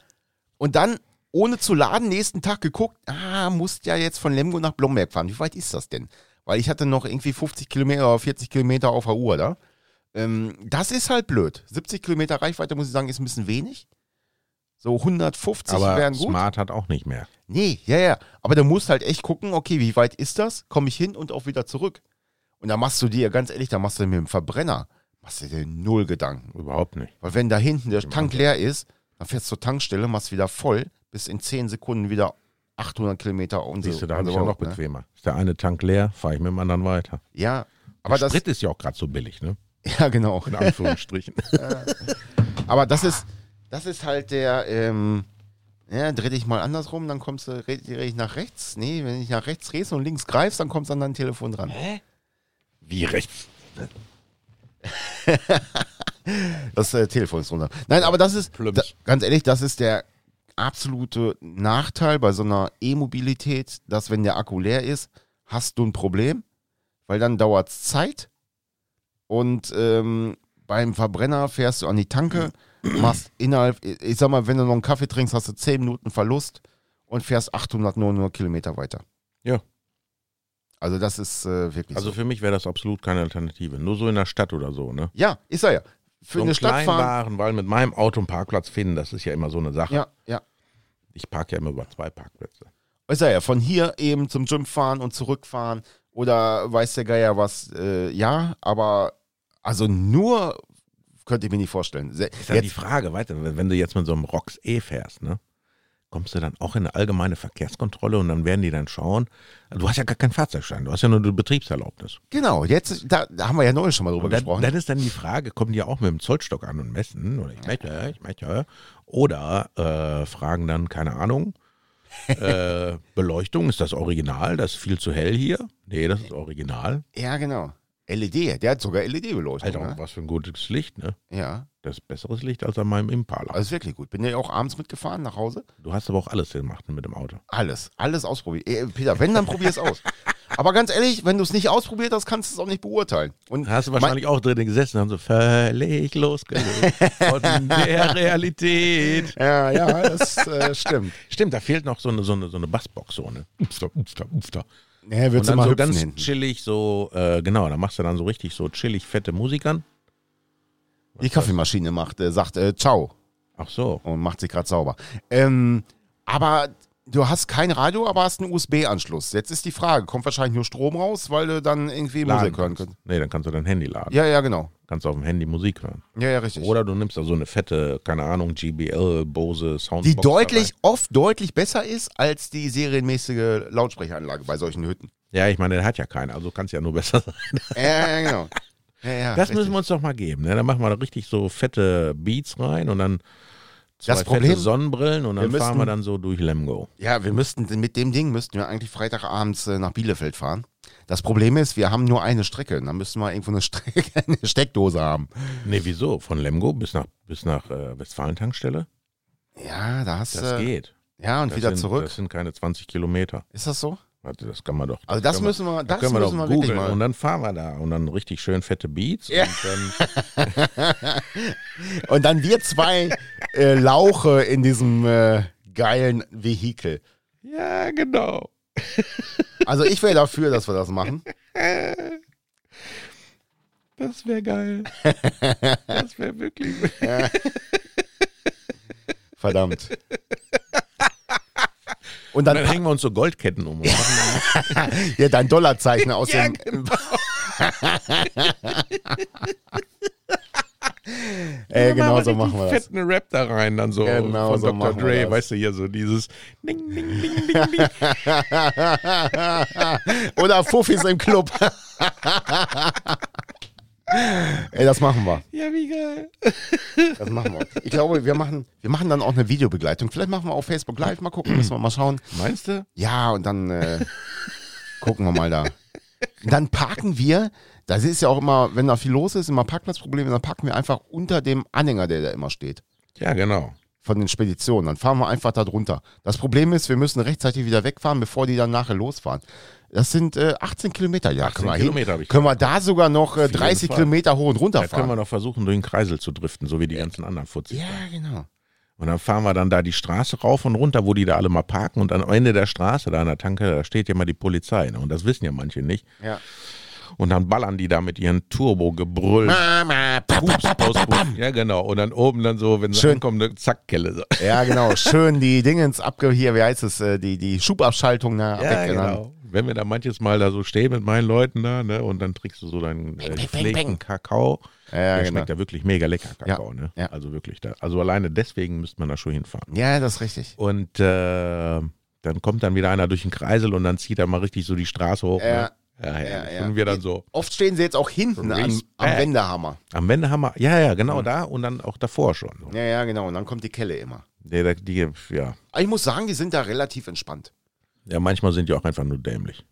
und dann, ohne zu laden, nächsten Tag geguckt, ah, musst ja jetzt von Lemgo nach Blomberg fahren. Wie weit ist das denn? Weil ich hatte noch irgendwie 50 Kilometer oder 40 Kilometer auf der Uhr da. Ähm, das ist halt blöd. 70 Kilometer Reichweite, muss ich sagen, ist ein bisschen wenig. So 150 Aber wären gut. Smart hat auch nicht mehr. Nee, ja, ja. Aber du musst halt echt gucken, okay, wie weit ist das? Komme ich hin und auch wieder zurück. Und da machst du dir, ganz ehrlich, da machst du dir mit dem Verbrenner, machst du dir null Gedanken. Überhaupt nicht. Weil wenn da hinten der Genau. Tank leer ist, dann fährst du zur Tankstelle, machst wieder voll, bist in 10 Sekunden wieder 800 Kilometer und Siehst so. du, da habe und ich so ja noch ne? bequemer. Ist der eine Tank leer, fahre ich mit dem anderen weiter. Ja, aber Der das, Sprit ist ja auch gerade so billig, ne? ja genau. In Anführungsstrichen. Aber das ist, das ist halt der, ähm, ja, dreh dich mal andersrum, dann kommst du, dreh, dreh ich nach rechts. Nee, wenn ich nach rechts rede und links greifst, dann kommst du an dein Telefon dran. Wie rechts? Das äh, Telefon ist runter. Nein, aber das ist, Plumps. da, ganz ehrlich, das ist der absolute Nachteil bei so einer E-Mobilität, dass wenn der Akku leer ist, hast du ein Problem, weil dann dauert es Zeit und ähm, beim Verbrenner fährst du an die Tanke, machst innerhalb, ich ich sag mal, wenn du noch einen Kaffee trinkst, hast du 10 Minuten Verlust und fährst 800, 900 Kilometer weiter. Ja. Also das ist äh, wirklich Also so. für mich wäre das absolut keine Alternative. Nur so in der Stadt oder so, ne? Ja, ist er ja. Für so eine Stadt fahren. weil mit meinem Auto einen Parkplatz finden, das ist ja immer so eine Sache. Ja, ja. Ich parke ja immer über zwei Parkplätze. Ist er ja. Von hier eben zum Gym fahren und zurückfahren oder weiß der Geier was. Äh, ja, aber also nur könnte ich mir nicht vorstellen. Se- Ist ja die Jetzt, Frage, weißt du, wenn- wenn du jetzt mit so einem Rocks E fährst, ne? Kommst du dann auch in eine allgemeine Verkehrskontrolle und dann werden die dann schauen. Du hast ja gar keinen Fahrzeugschein, du hast ja nur eine Betriebserlaubnis. genau, jetzt, da, da haben wir ja neulich schon mal drüber Und dann, gesprochen. dann ist dann die Frage, kommen die auch mit dem Zollstock an und messen? Oder ich möchte, ich möchte. Oder äh, fragen dann, keine Ahnung, äh, Beleuchtung, ist das original? Das ist viel zu hell hier. Nee, das ist original. ja, genau. LED, der hat sogar LED-Beleuchtung. Alter, Ne? was für ein gutes Licht, ne? Ja, Das ist besseres Licht als an meinem Impala. also ist wirklich gut. Bin ja auch abends mitgefahren nach Hause. Du hast aber auch alles gemacht mit dem Auto. Alles, alles ausprobieren. Äh, Peter, wenn, dann probier es aus. Aber ganz ehrlich, wenn du es nicht ausprobiert hast, kannst du es auch nicht beurteilen. Und Hast du wahrscheinlich auch drinnen gesessen und haben so völlig losgelöst von der Realität. Ja, ja, das äh, stimmt. Stimmt, da fehlt noch so eine, so eine, so eine Bassbox, so ne? eine. Upster, upster, upster. Ja, Und würdest du dann mal so hüpfen ganz hinten. chillig, so, äh, genau, da machst du dann so richtig so chillig fette Musikern. Die Kaffeemaschine macht, äh, sagt äh, Ciao Ach so. und macht sich gerade sauber. Ähm, aber du hast kein Radio, aber hast einen USB-Anschluss. Jetzt ist die Frage, kommt wahrscheinlich nur Strom raus, weil du dann irgendwie Musik hören kannst. kannst. Nee, dann kannst du dein Handy laden. Ja, ja, genau. Kannst auf dem Handy Musik hören. Ja, ja, richtig. Oder du nimmst da so eine fette, keine Ahnung, GBL, Bose, Soundbox. die deutlich, oft deutlich besser ist als die serienmäßige Lautsprecheranlage bei solchen Hütten. Dabei. Ja, ich meine, der hat ja keine, also kann es ja nur besser sein. Ja, ja, genau. Ja, ja, Das richtig. müssen wir uns doch mal geben. Ne? Dann machen wir da richtig so fette Beats rein und dann zwei Das Problem- fette Sonnenbrillen und Wir dann müssen- fahren wir dann so durch Lemgo. Ja, wir müssten mit dem Ding müssten wir eigentlich Freitagabends äh, nach Bielefeld fahren. Das Problem ist, wir haben nur eine Strecke. Dann müssten wir irgendwo eine, Strecke, eine Steckdose haben. Nee, wieso? Von Lemgo bis nach, bis nach äh, Westfalentankstelle? Ja, da hast du. Das geht. Ja, äh, und Das wieder sind, zurück. Das sind keine 20 Kilometer. ist das so? Warte, das kann man doch. Also das können müssen wir, das können wir müssen doch wir wirklich googeln mal. und dann fahren wir da und dann richtig schön fette Beats. Und dann, Und dann wir zwei äh, Lauche in diesem äh, geilen Vehikel. ja, genau. Also ich wäre dafür, dass wir das machen. Das wäre geil. Das wäre wirklich. Verdammt. Und dann, Dann hängen wir uns so Goldketten um. Und machen dann pack- ja, dein Dollarzeichen aus Ja, genau. dem. Ey, genau so machen wir das. Fett eine Rap da rein, dann so Genau von so Dr. machen wir Dre, das. weißt du, hier so dieses Ding, Ding, Ding, Ding, Ding. Oder Fuffis im Club. Ey, das machen wir. Ja, wie geil. Das machen wir. Ich glaube, wir machen, wir machen dann auch eine Videobegleitung. Vielleicht machen wir auf Facebook Live mal gucken, müssen wir mal schauen. Meinst du? Ja, und dann äh, gucken wir mal da. Und dann parken wir, das ist ja auch immer, wenn da viel los ist, immer Parkplatzprobleme, dann parken wir einfach unter dem Anhänger, der da immer steht. Ja, genau. Von den Speditionen. Dann fahren wir einfach da drunter. Das Problem ist, wir müssen rechtzeitig wieder wegfahren, bevor die dann nachher losfahren. Das sind äh, 18 Kilometer, ja. 18 können wir hin- Kilometer hab ich Können wir da sogar noch äh, jeden 30 Fall. Kilometer hoch und runter Da können wir fahren? noch versuchen, durch den Kreisel zu driften, so wie die ganzen anderen Futzis. Ja, genau. Und dann fahren wir dann da die Straße rauf und runter, wo die da alle mal parken. Und am Ende der Straße, da an der Tanke, da steht ja mal die Polizei. Ne? Und das wissen ja manche nicht. Ja. Und dann ballern die da mit ihren Turbo-Gebrüll. Ah, Mama, pa, pa, Pups pa, pa, aus pa, pa. Pups. Ja, genau. Und dann oben dann so, wenn sie Schön. ankommen, eine Zackkelle. So. Ja, genau. Schön die Dingens abge... Hier, wie heißt es? äh, Die, die Schubabschaltung. Ne, Ja, abgegangen. genau. Wenn wir da manches Mal da so stehen mit meinen Leuten da, ne, und dann trinkst du so deinen äh, gepflegten Kakao. Ja, der genau. schmeckt ja wirklich mega lecker, Kakao, ne? ja. Also wirklich. Da, also alleine deswegen müsste man da schon hinfahren. Ja, das ist richtig. Und äh, dann kommt dann wieder einer durch den Kreisel und dann zieht er mal richtig so die Straße hoch. Ja. Ne? Ja, ja, Ja, ja. Und wir dann so. Oft stehen sie jetzt auch hinten am, Respekt. am Wendehammer. Am Ende haben wir, ja, ja, genau da und dann auch davor schon. So. Ja, ja, genau. Und dann kommt die Kelle immer. Der, der, die, ja. Aber ich muss sagen, die sind da relativ entspannt. ja, manchmal sind die auch einfach nur dämlich.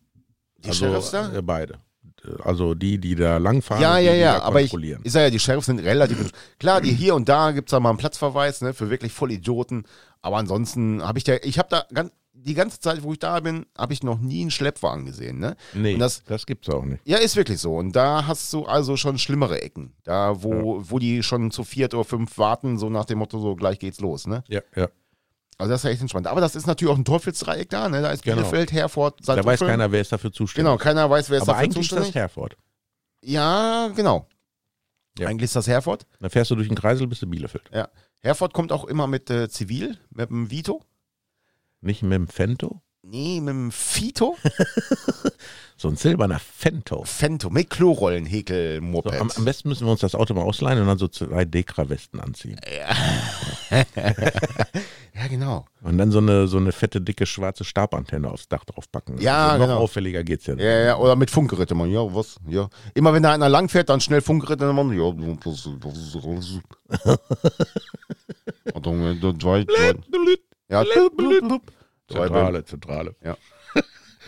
Die Sheriffs da? äh, Beide. Also die, die da langfahren, ja, und die, ja, die ja. da Aber ich, kontrollieren. ich sage ja, die Sheriffs sind relativ entspannt. Klar, die hier und da gibt es da mal einen Platzverweis ne, für wirklich Vollidioten. Aber ansonsten habe ich da, ich habe da ganz, die ganze Zeit, wo ich da bin, habe ich noch nie einen Schleppwagen gesehen. Ne? nee, Und das, das, das gibt's auch nicht. Ja, ist wirklich so. Und da hast du also schon schlimmere Ecken. Da, wo, wo die schon zu viert oder fünf warten, so nach dem Motto, so gleich geht's los, ne? Ja, ja. Also das ist echt entspannt. Aber das ist natürlich auch ein Teufelsdreieck da, ne? Da ist Genau. Bielefeld, Herford, Da Saarbrücken. weiß keiner, wer ist dafür Genau, zuständig. keiner weiß, wer ist Aber dafür eigentlich ist das zuständig. Herford. ja, genau. Ja. Eigentlich ist das Herford. Dann fährst du durch den Kreisel bis zu Bielefeld. Ja. Herford kommt auch immer mit äh, Zivil, mit dem Vito. Nicht mit dem Fento, Nee, mit dem Fito. so ein silberner Fento. Fento, mit Klorollen, Häkel, So, Moped. am, am besten müssen wir uns das Auto mal ausleihen und dann so zwei Dekra-Westen anziehen. ja, genau. Und dann so eine, so eine fette, dicke, schwarze Stabantenne aufs Dach draufpacken. Ja, also noch genau. auffälliger geht's ja. nicht. Ja, ja, oder mit Funkgeräte, man. Ja, was? Ja. Immer wenn da einer langfährt, dann schnell Funkgeräte, dann man. Ja, das, das, das. Und dann, dann zwei, zwei. Ja, Zentrale, Zentrale.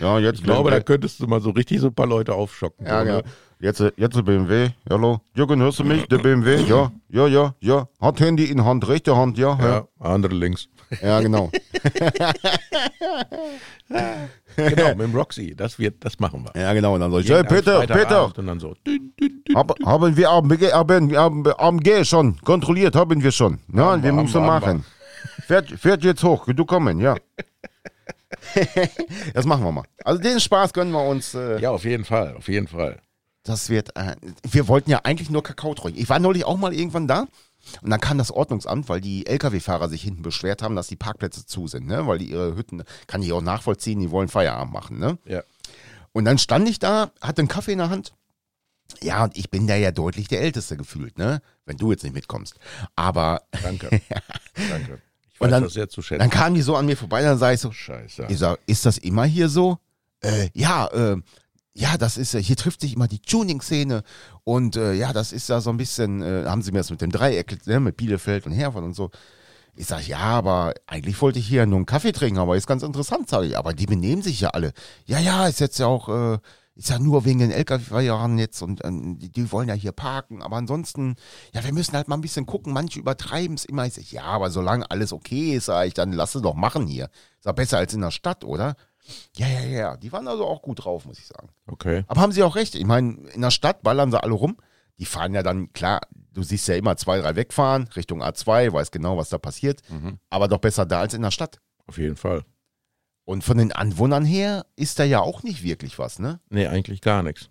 ja, jetzt Ich glaube, da könntest du mal so richtig so ein paar Leute aufschocken. Ja, so, genau. ne? Jetzt, äh, jetzt der BMW. Hallo. Jürgen, hörst du mich? Der BMW? Ja, ja, ja, ja. Hat Handy in Hand, rechte Hand, ja. Ja, ja, andere links. ja genau. Genau, mit dem Roxy. Das, wird, das machen wir. Ja, genau. Und dann so, hey, Jeden Peter, Freitagabend Peter, Und dann so. dün, dün, dün. hab, haben wir AMG, haben, haben, AMG schon kontrolliert, haben wir schon. Ja, wir, wir haben müssen wir, haben machen. Fährt, fährt jetzt hoch, du kommen, ja. das machen wir mal. Also den Spaß gönnen wir uns. Äh, Ja, auf jeden Fall, auf jeden Fall. Das wird. Äh, wir wollten ja eigentlich nur Kakao trinken. Ich war neulich auch mal irgendwann da. Und dann kam das Ordnungsamt, weil die Lkw-Fahrer sich hinten beschwert haben, dass die Parkplätze zu sind, ne? weil die ihre Hütten, kann ich auch nachvollziehen, die wollen Feierabend machen. Ne? Ja. Und dann stand ich da, hatte einen Kaffee in der Hand. Ja, und ich bin da ja deutlich der Älteste gefühlt, ne? wenn du jetzt nicht mitkommst. Aber Danke. Danke. Ich Und weiß dann- das sehr zu schätzen. dann kamen die so an mir vorbei, dann sag ich so, Scheiße. Ich sag, ist das immer hier so? Äh, ja, äh, ja, das ist, äh, hier trifft sich immer die Tuning-Szene und äh, ja, das ist da so ein bisschen, äh, haben sie mir das mit dem Dreieck, ne, mit Bielefeld und Herford und so. Ich sag, ja, aber eigentlich wollte ich hier nur einen Kaffee trinken, aber ist ganz interessant, sage ich. Aber die benehmen sich ja alle. Ja, ja, ist jetzt ja auch, äh, ist ja nur wegen den Lkw-Fahrern jetzt und ähm, die, die wollen ja hier parken. Aber ansonsten, ja, wir müssen halt mal ein bisschen gucken. Manche übertreiben es immer. Ich sag, ja, aber solange alles okay ist, sag ich, dann lass es doch machen hier. Ist ja besser als in der Stadt, oder? Ja, ja, ja. Die waren also auch gut drauf, muss ich sagen. Okay. Aber haben sie auch recht. Ich meine, in der Stadt ballern sie alle rum. Die fahren ja dann, klar, du siehst ja immer zwei, drei wegfahren, Richtung A2, weiß genau, was da passiert. Aber doch besser da als in der Stadt. Auf jeden Fall. Und von den Anwohnern her ist da ja auch nicht wirklich was, ne? Nee, eigentlich gar nichts.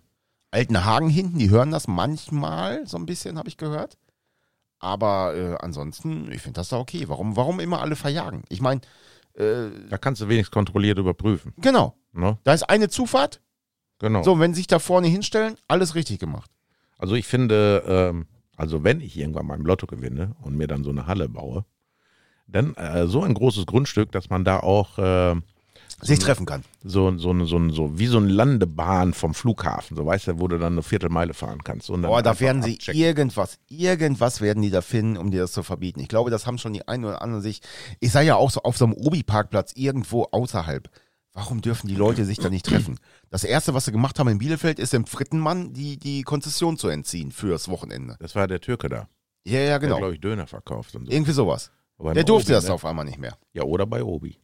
Altenhagen hinten, die hören das manchmal so ein bisschen, habe ich gehört. Aber äh, ansonsten, ich finde das da okay. Warum, warum immer alle verjagen? Ich meine, äh, Da kannst du wenigstens kontrolliert überprüfen. genau, Ne? da ist eine Zufahrt. Genau. So, wenn sie sich da vorne hinstellen, alles richtig gemacht. Also ich finde, ähm, also wenn ich irgendwann mal im Lotto gewinne und mir dann so eine Halle baue, dann äh, so ein großes Grundstück, dass man da auch äh, Sich treffen kann. so, so, eine- so, ein- so wie so eine Landebahn vom Flughafen, so weißt du, wo du dann eine Viertelmeile fahren kannst. Und dann Boah, da einfach werden sie abchecken. irgendwas, irgendwas werden die da finden, um dir das zu verbieten. Ich glaube, das haben schon die einen oder anderen sich. Ich sei ja auch so auf so einem Obi-Parkplatz irgendwo außerhalb. Warum dürfen die Leute sich da nicht treffen? Das erste, was sie gemacht haben in Bielefeld, ist dem Frittenmann die, die Konzession zu entziehen fürs Wochenende. Das war der Türke da, Ja, ja, der, genau. glaube ich, Döner verkauft und so. Irgendwie sowas. Aber Der bei durfte Obi, das ne? auf einmal nicht mehr. Ja, oder bei Obi.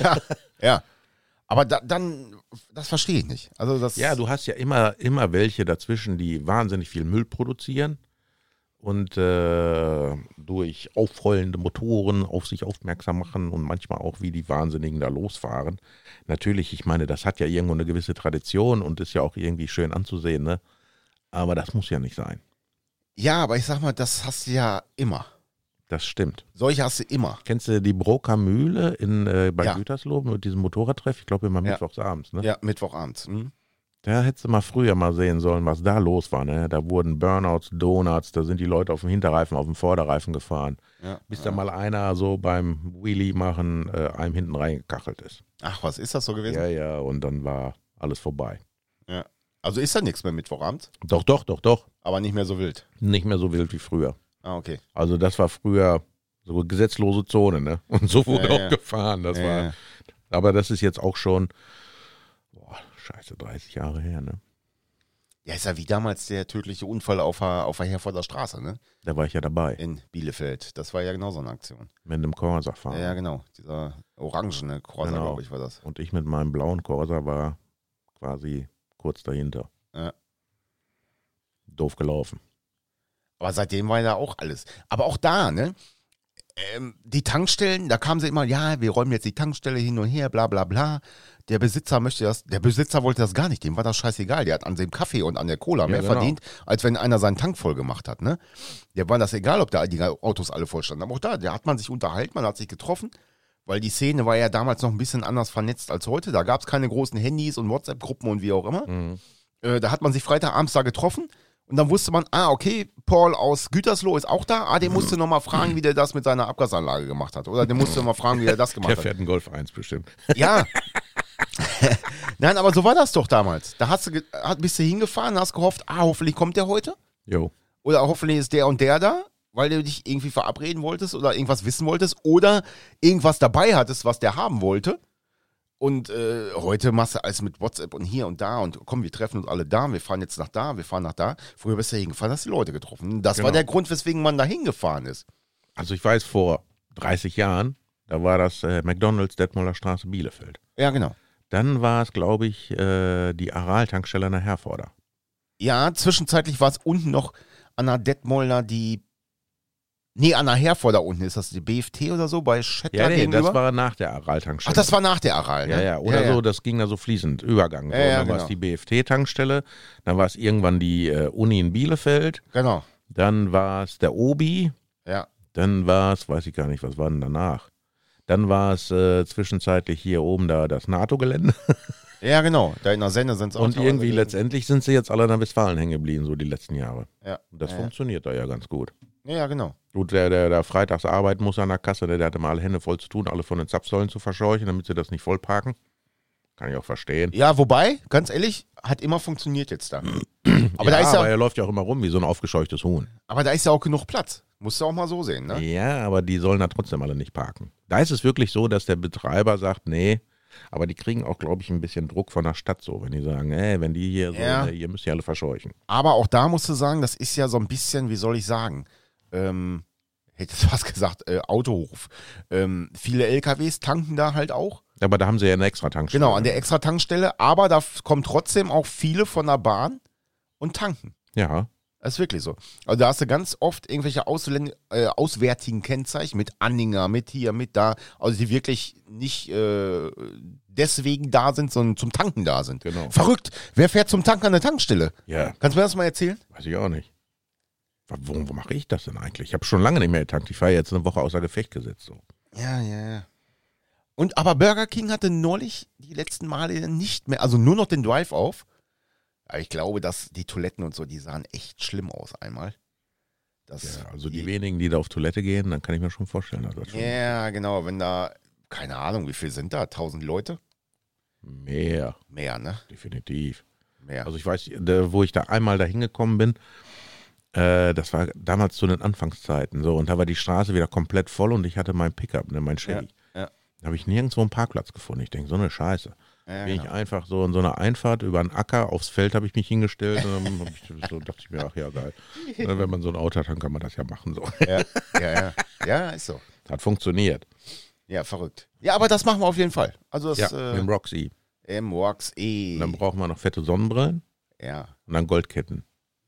Ja, ja. Aber da, dann, das verstehe ich nicht. Also das. Ja, du hast ja immer, immer welche dazwischen, die wahnsinnig viel Müll produzieren und äh, durch aufrollende Motoren auf sich aufmerksam machen und manchmal auch wie die Wahnsinnigen da losfahren. Natürlich, ich meine, das hat ja irgendwo eine gewisse Tradition und ist ja auch irgendwie schön anzusehen, ne? Aber das muss ja nicht sein. ja, aber ich sag mal, das hast du ja immer. Das stimmt. Solche hast du immer. Kennst du die Broker Mühle in, äh, bei Ja. Gütersloh mit diesem Motorradtreff? Ich glaube immer Ja. mittwochs abends, ne? Ja, Mittwochabend. Mhm. Da hättest du mal früher mal sehen sollen, was da los war. Ne? Da wurden Burnouts, Donuts, da sind die Leute auf dem Hinterreifen, auf dem Vorderreifen gefahren. Ja. Bis da mal einer so beim Wheelie machen äh, einem hinten reingekachelt ist. Ach, was ist das so gewesen? Ja, ja, und dann war alles vorbei. Also ist da nichts mehr Mittwochabend, Doch, doch, doch, doch. aber nicht mehr so wild. Nicht mehr so wild wie früher. Ah, okay. Also das war früher so gesetzlose Zone, ne? Und so wurde Ja, auch ja. gefahren. Das Ja, war. ja. Aber das ist jetzt auch schon, boah, scheiße, 30 Jahre her, ne? Ja, ist ja wie damals der tödliche Unfall auf der, auf der Herforder Straße, ne? Da war ich ja dabei, In Bielefeld. Das war ja genau so eine Aktion. mit einem Corsa Ja, fahren. ja genau. Dieser orangene Kreuzer, Ah. Genau. glaube ich, war das. Und ich mit meinem blauen Corsa war quasi kurz dahinter. Ja. Doof gelaufen. Aber seitdem war ja auch alles. Aber auch da, ne? ähm, die Tankstellen, da kamen sie immer, ja, wir räumen jetzt die Tankstelle hin und her, bla bla bla. Der Besitzer möchte das, der Besitzer wollte das gar nicht, dem war das scheißegal. Der hat an dem Kaffee und an der Cola mehr genau. verdient, als wenn einer seinen Tank voll gemacht hat, ne? Der war das egal, ob da die Autos alle voll standen. Aber auch da, da hat man sich unterhalten, man hat sich getroffen, weil die Szene war ja damals noch ein bisschen anders vernetzt als heute. Da gab es keine großen Handys und WhatsApp-Gruppen und wie auch immer. Mhm. Äh, da hat man sich Freitagabends da getroffen und dann wusste man, ah, okay, Paul aus Gütersloh ist auch da. Ah, Mhm. den musste nochmal fragen, wie der das mit seiner Abgasanlage gemacht hat. Oder den musste mal fragen, wie er das Der gemacht hat. fährt einen Golf 1 bestimmt. Ja. Nein, aber so war das doch damals. Da hast du, ge- hat- bist du hingefahren, hast gehofft, ah, hoffentlich kommt der heute. Jo. Oder hoffentlich ist der und der da, weil du dich irgendwie verabreden wolltest oder irgendwas wissen wolltest oder irgendwas dabei hattest, was der haben wollte. Und äh, heute machst du alles mit WhatsApp und hier und da und komm, wir treffen uns alle da, wir fahren jetzt nach da, wir fahren nach da. Früher bist du hingefahren, hast die Leute getroffen. Das war Genau. der Grund, weswegen man da hingefahren ist. Also ich weiß, vor 30 Jahren, da war das äh, McDonalds Detmoler Straße Bielefeld. Ja, genau. Dann war es, glaube ich, äh, die Aral-Tankstelle an der Herforder. Ja, zwischenzeitlich war es unten noch an der Detmolder die. Nee, an der Herford da unten ist das die BFT oder so bei Schettler Ja, nee, gegenüber. das war nach der Aral-Tankstelle. Ach, das war nach der Aral, ne? Ja, ja, oder so, das ging da so fließend, Übergang. So. Ja, ja, dann war es die genau. BFT-Tankstelle, dann war es irgendwann die äh, Uni in Bielefeld, Genau. dann war es der Obi, Ja. dann war es, weiß ich gar nicht, was war denn danach? Dann war es äh, zwischenzeitlich hier oben da das NATO-Gelände. Ja, genau. Da in der Sende sind es auch. Und teilweise irgendwie die- letztendlich sind sie jetzt alle in Westfalen hängen geblieben, so die letzten Jahre. Ja, Und das ja, funktioniert da ja ganz gut. ja. ja, genau. Gut, der, der, der freitags arbeiten muss an der Kasse, ne? der, der hatte mal alle Hände voll zu tun, alle von den Zapfsäulen zu verscheuchen, damit sie das nicht vollparken. Kann ich auch verstehen. Ja, wobei, ganz ehrlich, hat immer funktioniert jetzt da. Aber, da ist aber ja, er läuft ja auch immer rum wie so ein aufgescheuchtes Huhn. aber da ist ja auch genug Platz. Musst du auch mal so sehen, ne? Ja, aber die sollen da trotzdem alle nicht parken. Da ist es wirklich so, dass der Betreiber sagt, nee, aber die kriegen auch, glaube ich, ein bisschen Druck von der Stadt so, wenn die sagen, ey, wenn die hier so, Ja. ne, ihr müsst ja alle verscheuchen. Aber auch da musst du sagen, das ist ja so ein bisschen, wie soll ich sagen, ähm, hätte ich fast gesagt, äh, Autohof. Ähm, viele LKWs tanken da halt auch. Aber da haben sie ja eine extra Tankstelle. Genau, an der extra Tankstelle. Aber da f- kommen trotzdem auch viele von der Bahn und tanken. Ja, Das ist wirklich so. Also da hast du ganz oft irgendwelche Ausländ äh, auswärtigen Kennzeichen mit Anhänger, mit hier, mit da. Also die wirklich nicht äh, deswegen da sind, sondern zum Tanken da sind. Genau. Verrückt. Wer fährt zum Tanken an der Tankstelle? ja, Kannst du mir das mal erzählen? weiß ich auch nicht. Wa- Warum, wo mache ich das denn eigentlich? Ich habe schon lange nicht mehr getankt. Ich war jetzt eine Woche außer Gefecht gesetzt. So. Ja, ja, ja. Und aber Burger King hatte neulich die letzten Male nicht mehr, also nur noch den Drive auf. Aber ich glaube, dass die Toiletten und so, die sahen echt schlimm aus einmal. Das, Ja, also die wenigen, die da auf Toilette gehen, dann kann ich mir schon vorstellen, dass das schon Ja, genau, wenn da, keine Ahnung, wie viel sind da? 1000 Leute? mehr, Mehr, ne? definitiv. Mehr. Also ich weiß, da, wo ich da einmal da hingekommen bin, äh, das war damals zu den Anfangszeiten so und da war die Straße wieder komplett voll und ich hatte mein Pickup, ne, mein Chevy. ja. Da habe ich nirgendwo einen Parkplatz gefunden. Ich denke, so eine Scheiße. ja, bin ich genau. einfach so in so einer Einfahrt über einen Acker aufs Feld habe ich mich hingestellt und dann hab ich so, dachte ich mir, ach ja, geil. Ne, Wenn man so ein Auto hat, dann kann man das ja machen. So. ja, ja, ja. ja, ist so. Hat funktioniert. Ja, verrückt. Ja, aber das machen wir auf jeden Fall. Also das Ja, mit dem äh, Roxy. M-Works E. Und dann brauchen wir noch fette Sonnenbrillen Ja, und dann Goldketten.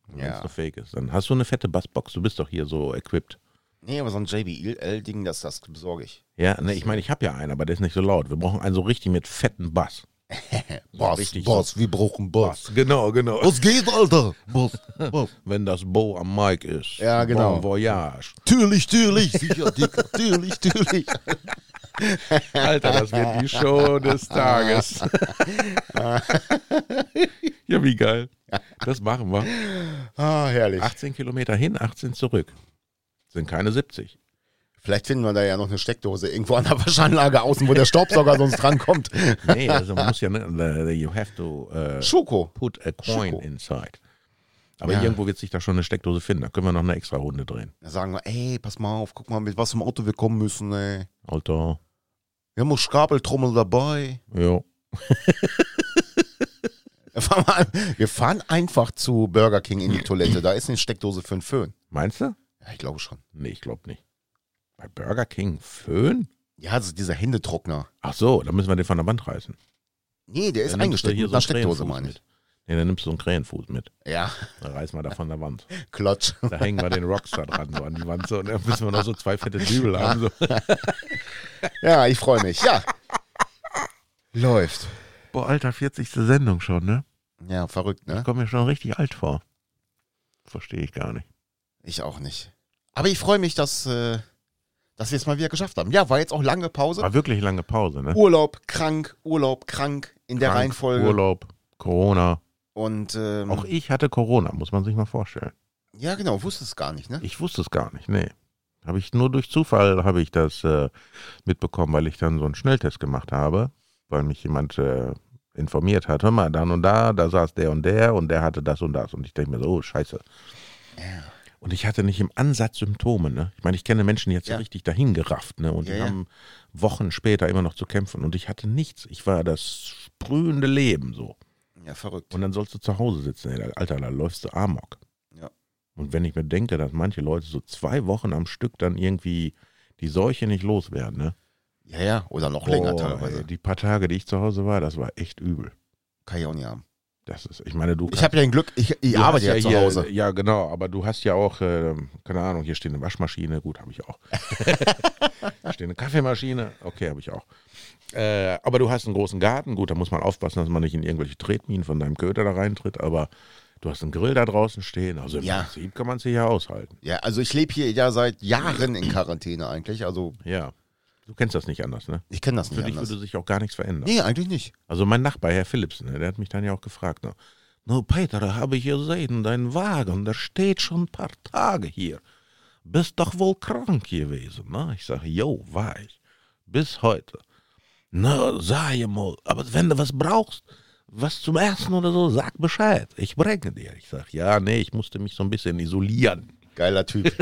Wenn Ja. es eine Fake ist. Dann hast du eine fette Bassbox. Du bist doch hier so equipped. nee, aber so ein JBL-Ding, das, das besorge ich. Ja, ne, ich meine, ich habe ja einen, aber der ist nicht so laut. Wir brauchen einen so richtig mit fetten Bass. Boss, richtig Boss, wir brauchen Boss. Genau, genau. Was geht, Alter? Boss, Boss. Wenn das Bo am Mic ist. Ja, genau. Bon Voyage. Türlich, türlich, sicher, Dicker. Türlich, türlich. Alter, das wird die Show des Tages. ja, wie geil. Das machen wir. Ah, herrlich. 18 Kilometer hin, 18 zurück. Sind keine 70. Vielleicht finden wir da ja noch eine Steckdose irgendwo an der Waschanlage außen, wo der Staubsauger sonst drankommt. Nee, also man muss ja, ne, you have to äh, Schoko. put a coin Schoko. inside. Aber Ja. irgendwo wird sich da schon eine Steckdose finden. Da können wir noch eine extra Runde drehen. Da sagen wir, ey, pass mal auf, guck mal, mit was im Auto wir kommen müssen, ey. Alter, Wir haben auch Skabeltrommel dabei. jo. Wir fahren mal- Wir fahren einfach zu Burger King in die Toilette. Da ist eine Steckdose für einen Föhn. Meinst du? Ja, ich glaube schon. Nee, ich glaube nicht. Bei Burger King Föhn? Ja, das ist dieser Händetrockner. Ach so, da müssen wir den von der Wand reißen. Nee, der ist Dann nimmst du eingesteckt hier so mit einer einen Steckdose, Krähenfuß meine mit. ich. Nee, dann nimmst du so einen Krähenfuß mit. Ja, Dann reißen wir da von der Wand. Klotsch. Da hängen wir den Rockstar dran, so an die Wand. So, und dann müssen wir noch so zwei fette Dübel haben. So. Ja, ich freue mich. Ja. Läuft. Boah, Alter, 40. Sendung schon, ne? Ja, verrückt, ne? Ich komme mir schon richtig alt vor. Verstehe ich gar nicht. Ich auch nicht. Aber ich freue mich, dass, äh, dass wir es mal wieder geschafft haben. Ja, war jetzt auch lange Pause. War wirklich lange Pause, ne? Urlaub, krank, Urlaub, krank in Oh, der Krank, Reihenfolge. Urlaub, Corona. Und ähm, Auch ich hatte Corona, muss man sich mal vorstellen. ja, genau, wusste es gar nicht, ne? Ich wusste es gar nicht, nee. Habe ich nur durch Zufall habe ich das äh, mitbekommen, weil ich dann so einen Schnelltest gemacht habe, weil mich jemand äh, informiert hat. Hör mal, dann und da, da saß der und der und der hatte das und das. Und ich denke mir so, oh, scheiße. Und ich hatte nicht im Ansatz Symptome, ne? Ich meine, ich kenne Menschen die jetzt Ja. richtig dahingerafft, ne? Und Ja, die ja. haben Wochen später immer noch zu kämpfen. Und ich hatte nichts. Ich war das sprühende Leben so. Ja, verrückt. Und dann sollst du zu Hause sitzen. Ey, Alter, da läufst du Amok. Ja. Und wenn ich mir denke, dass manche Leute so zwei Wochen am Stück dann irgendwie die Seuche nicht loswerden, ne? Ja, ja, oder noch länger Boah, teilweise. ey, die paar Tage, die ich zu Hause war, das war echt übel. Kann ich auch nicht haben. Das ist, ich meine, du. Ich habe ja ein Glück, ich, ich du arbeite ja, hast zu hier, Hause. Ja, genau, aber du hast ja auch, ähm, keine Ahnung, hier steht eine Waschmaschine, gut, habe ich auch. Hier steht eine Kaffeemaschine, okay, habe ich auch. Äh, aber du hast einen großen Garten, gut, da muss man aufpassen, dass man nicht in irgendwelche Tretminen von deinem Köter da reintritt, aber du hast einen Grill da draußen stehen, also im Ja. Prinzip kann man es hier ja aushalten. Ja, also ich lebe hier ja seit Jahren in Quarantäne eigentlich. Also Ja. Du kennst das nicht anders, ne? ich kenne das Für nicht dich anders. würde sich auch gar nichts verändern. Nee, eigentlich nicht. Also mein Nachbar, Herr Philips, ne, der hat mich dann ja auch gefragt, ne? Nur Peter, da habe ich gesehen, dein Wagen, der steht schon ein paar Tage hier. Bist doch wohl krank gewesen, ne? Ich sage, jo, war ich. Bis heute. Na, sag ich mal, aber wenn du was brauchst, was zum Essen oder so, sag Bescheid. Ich bringe dir. Ich sag, ja, nee, ich musste mich so ein bisschen isolieren. Geiler Typ.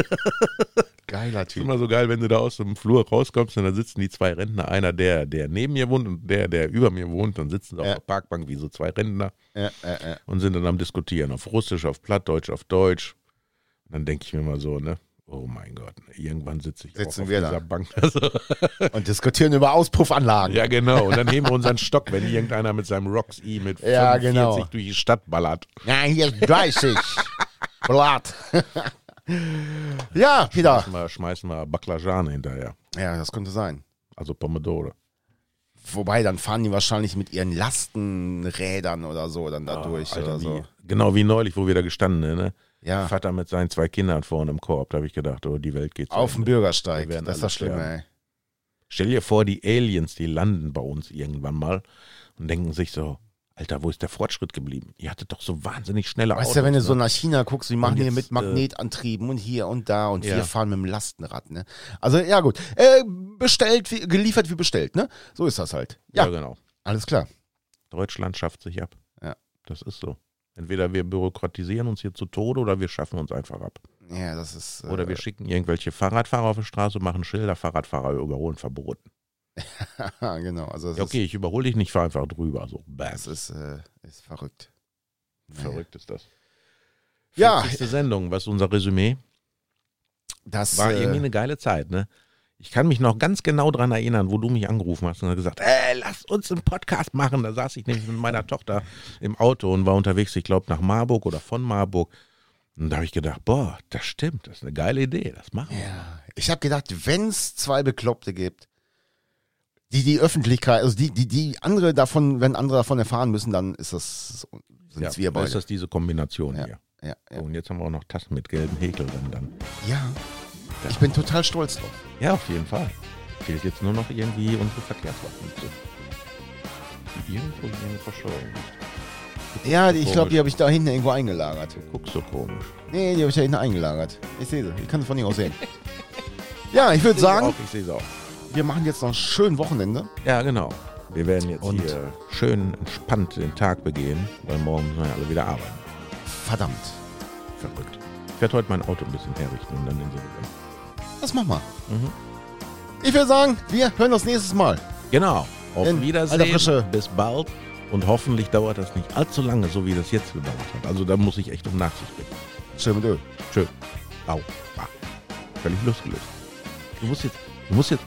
Geiler Ist Typ. immer so geil, wenn du da aus dem Flur rauskommst und da sitzen die zwei Rentner, einer, der, der neben mir wohnt und der, der über mir wohnt, dann sitzen sie auf Ja. der Parkbank wie so zwei Rentner. Äh, äh, äh. und sind dann am Diskutieren auf Russisch, auf Plattdeutsch, auf Deutsch. Und dann denke ich mir mal so, ne? Oh mein Gott, irgendwann sitze ich Sitzen auch auf wir dieser da. Bank. Also, Und diskutieren über Auspuffanlagen. ja, genau. Und dann heben wir unseren Stock, wenn irgendeiner mit seinem Rocks E mit 45 Ja, genau. durch die Stadt ballert. Nein, hier ist 30. Blatt. ja, Peter. Schmeißen wir, schmeißen wir Baklajane hinterher. Ja, das könnte sein. Also Pomodore. Wobei, dann fahren die wahrscheinlich mit ihren Lastenrädern oder so dann da Ah, durch Alter, oder wie, so. Genau wie neulich, wo wir da gestanden sind, ne? Ja, Vater mit seinen zwei Kindern vorne im Korb. Da habe ich gedacht, oh, die Welt geht zu auf dem Ende. Bürgersteig. Wir werden Das ist alle das Schlimme, ey. Stell dir vor, die Aliens, die landen bei uns irgendwann mal und denken sich so, Alter, wo ist der Fortschritt geblieben? Ihr hattet doch so wahnsinnig schnelle Weißt Autos. du, wenn du so ne? nach China guckst, die machen Und hier jetzt, äh, mit Magnetantrieben und hier und da und Ja. wir fahren mit dem Lastenrad, ne? Also, ja, gut. Äh, bestellt, wie, geliefert wie bestellt, ne? So ist das halt. ja. Ja, genau. alles klar. Deutschland schafft sich ab. Ja. Das ist so. Entweder wir bürokratisieren uns hier zu Tode oder wir schaffen uns einfach ab. Ja, das ist. äh, Oder wir schicken irgendwelche Fahrradfahrer auf die Straße und machen Schilder, Fahrradfahrer überholen verboten. genau. Also, das Ja, okay, ich überhole dich nicht, fahr einfach drüber. So, bam. Das ist, äh, ist verrückt. Verrückt ist das. Ja. 40. Sendung, was ist unser Resümee? Das War äh, irgendwie eine geile Zeit, ne? Ich kann mich noch ganz genau dran erinnern, wo du mich angerufen hast und hast gesagt, ey, lass uns einen Podcast machen. Da saß ich nämlich mit meiner Tochter im Auto und war unterwegs, ich glaube, nach Marburg oder von Marburg. Und da habe ich gedacht, boah, das stimmt, das ist eine geile Idee, das machen wir. ja. Ich habe gedacht, wenn es zwei Bekloppte gibt, die die Öffentlichkeit, also die, die, die andere davon, wenn andere davon erfahren müssen, dann ist das sind Ja, da wir beide. ist das diese Kombination Ja, hier. ja, So, ja. und jetzt haben wir auch noch Tassen mit gelben Häkeln dann. dann. ja. Ich bin total stolz drauf. Ja, auf jeden Fall. Fehlt jetzt nur noch irgendwie unsere Verkehrswachtmütze. Die irgendwo hier verschollen. Ja, die- ich glaube, Komisch. die habe ich da hinten irgendwo eingelagert. Du guckst so komisch. Nee, die habe ich da hinten eingelagert. Ich sehe sie. Ich kann sie von hier aus sehen. Ja, ich würde sagen, Ich sehe es auch. wir machen jetzt noch ein schönes Wochenende. Ja, genau. Wir werden jetzt Und- hier schön entspannt den Tag begehen, weil morgen müssen wir ja alle wieder arbeiten. Verdammt. Verrückt. Ich werde heute mein Auto ein bisschen herrichten und dann in so Das machen wir. Mhm. Ich würde sagen, wir hören uns nächstes Mal. Genau. Auf In Wiedersehen. alter Frische. Bis bald. Und hoffentlich dauert das nicht allzu lange, so wie das jetzt gedauert hat. Also da muss ich echt um Nachsicht bitten. Tschö mit Öl. Tschö. Au. Ah. Völlig losgelöst. Du musst jetzt, du musst jetzt,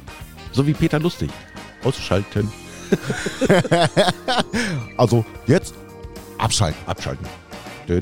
so wie Peter Lustig, ausschalten. Also jetzt Abschalten. Abschalten. Dö,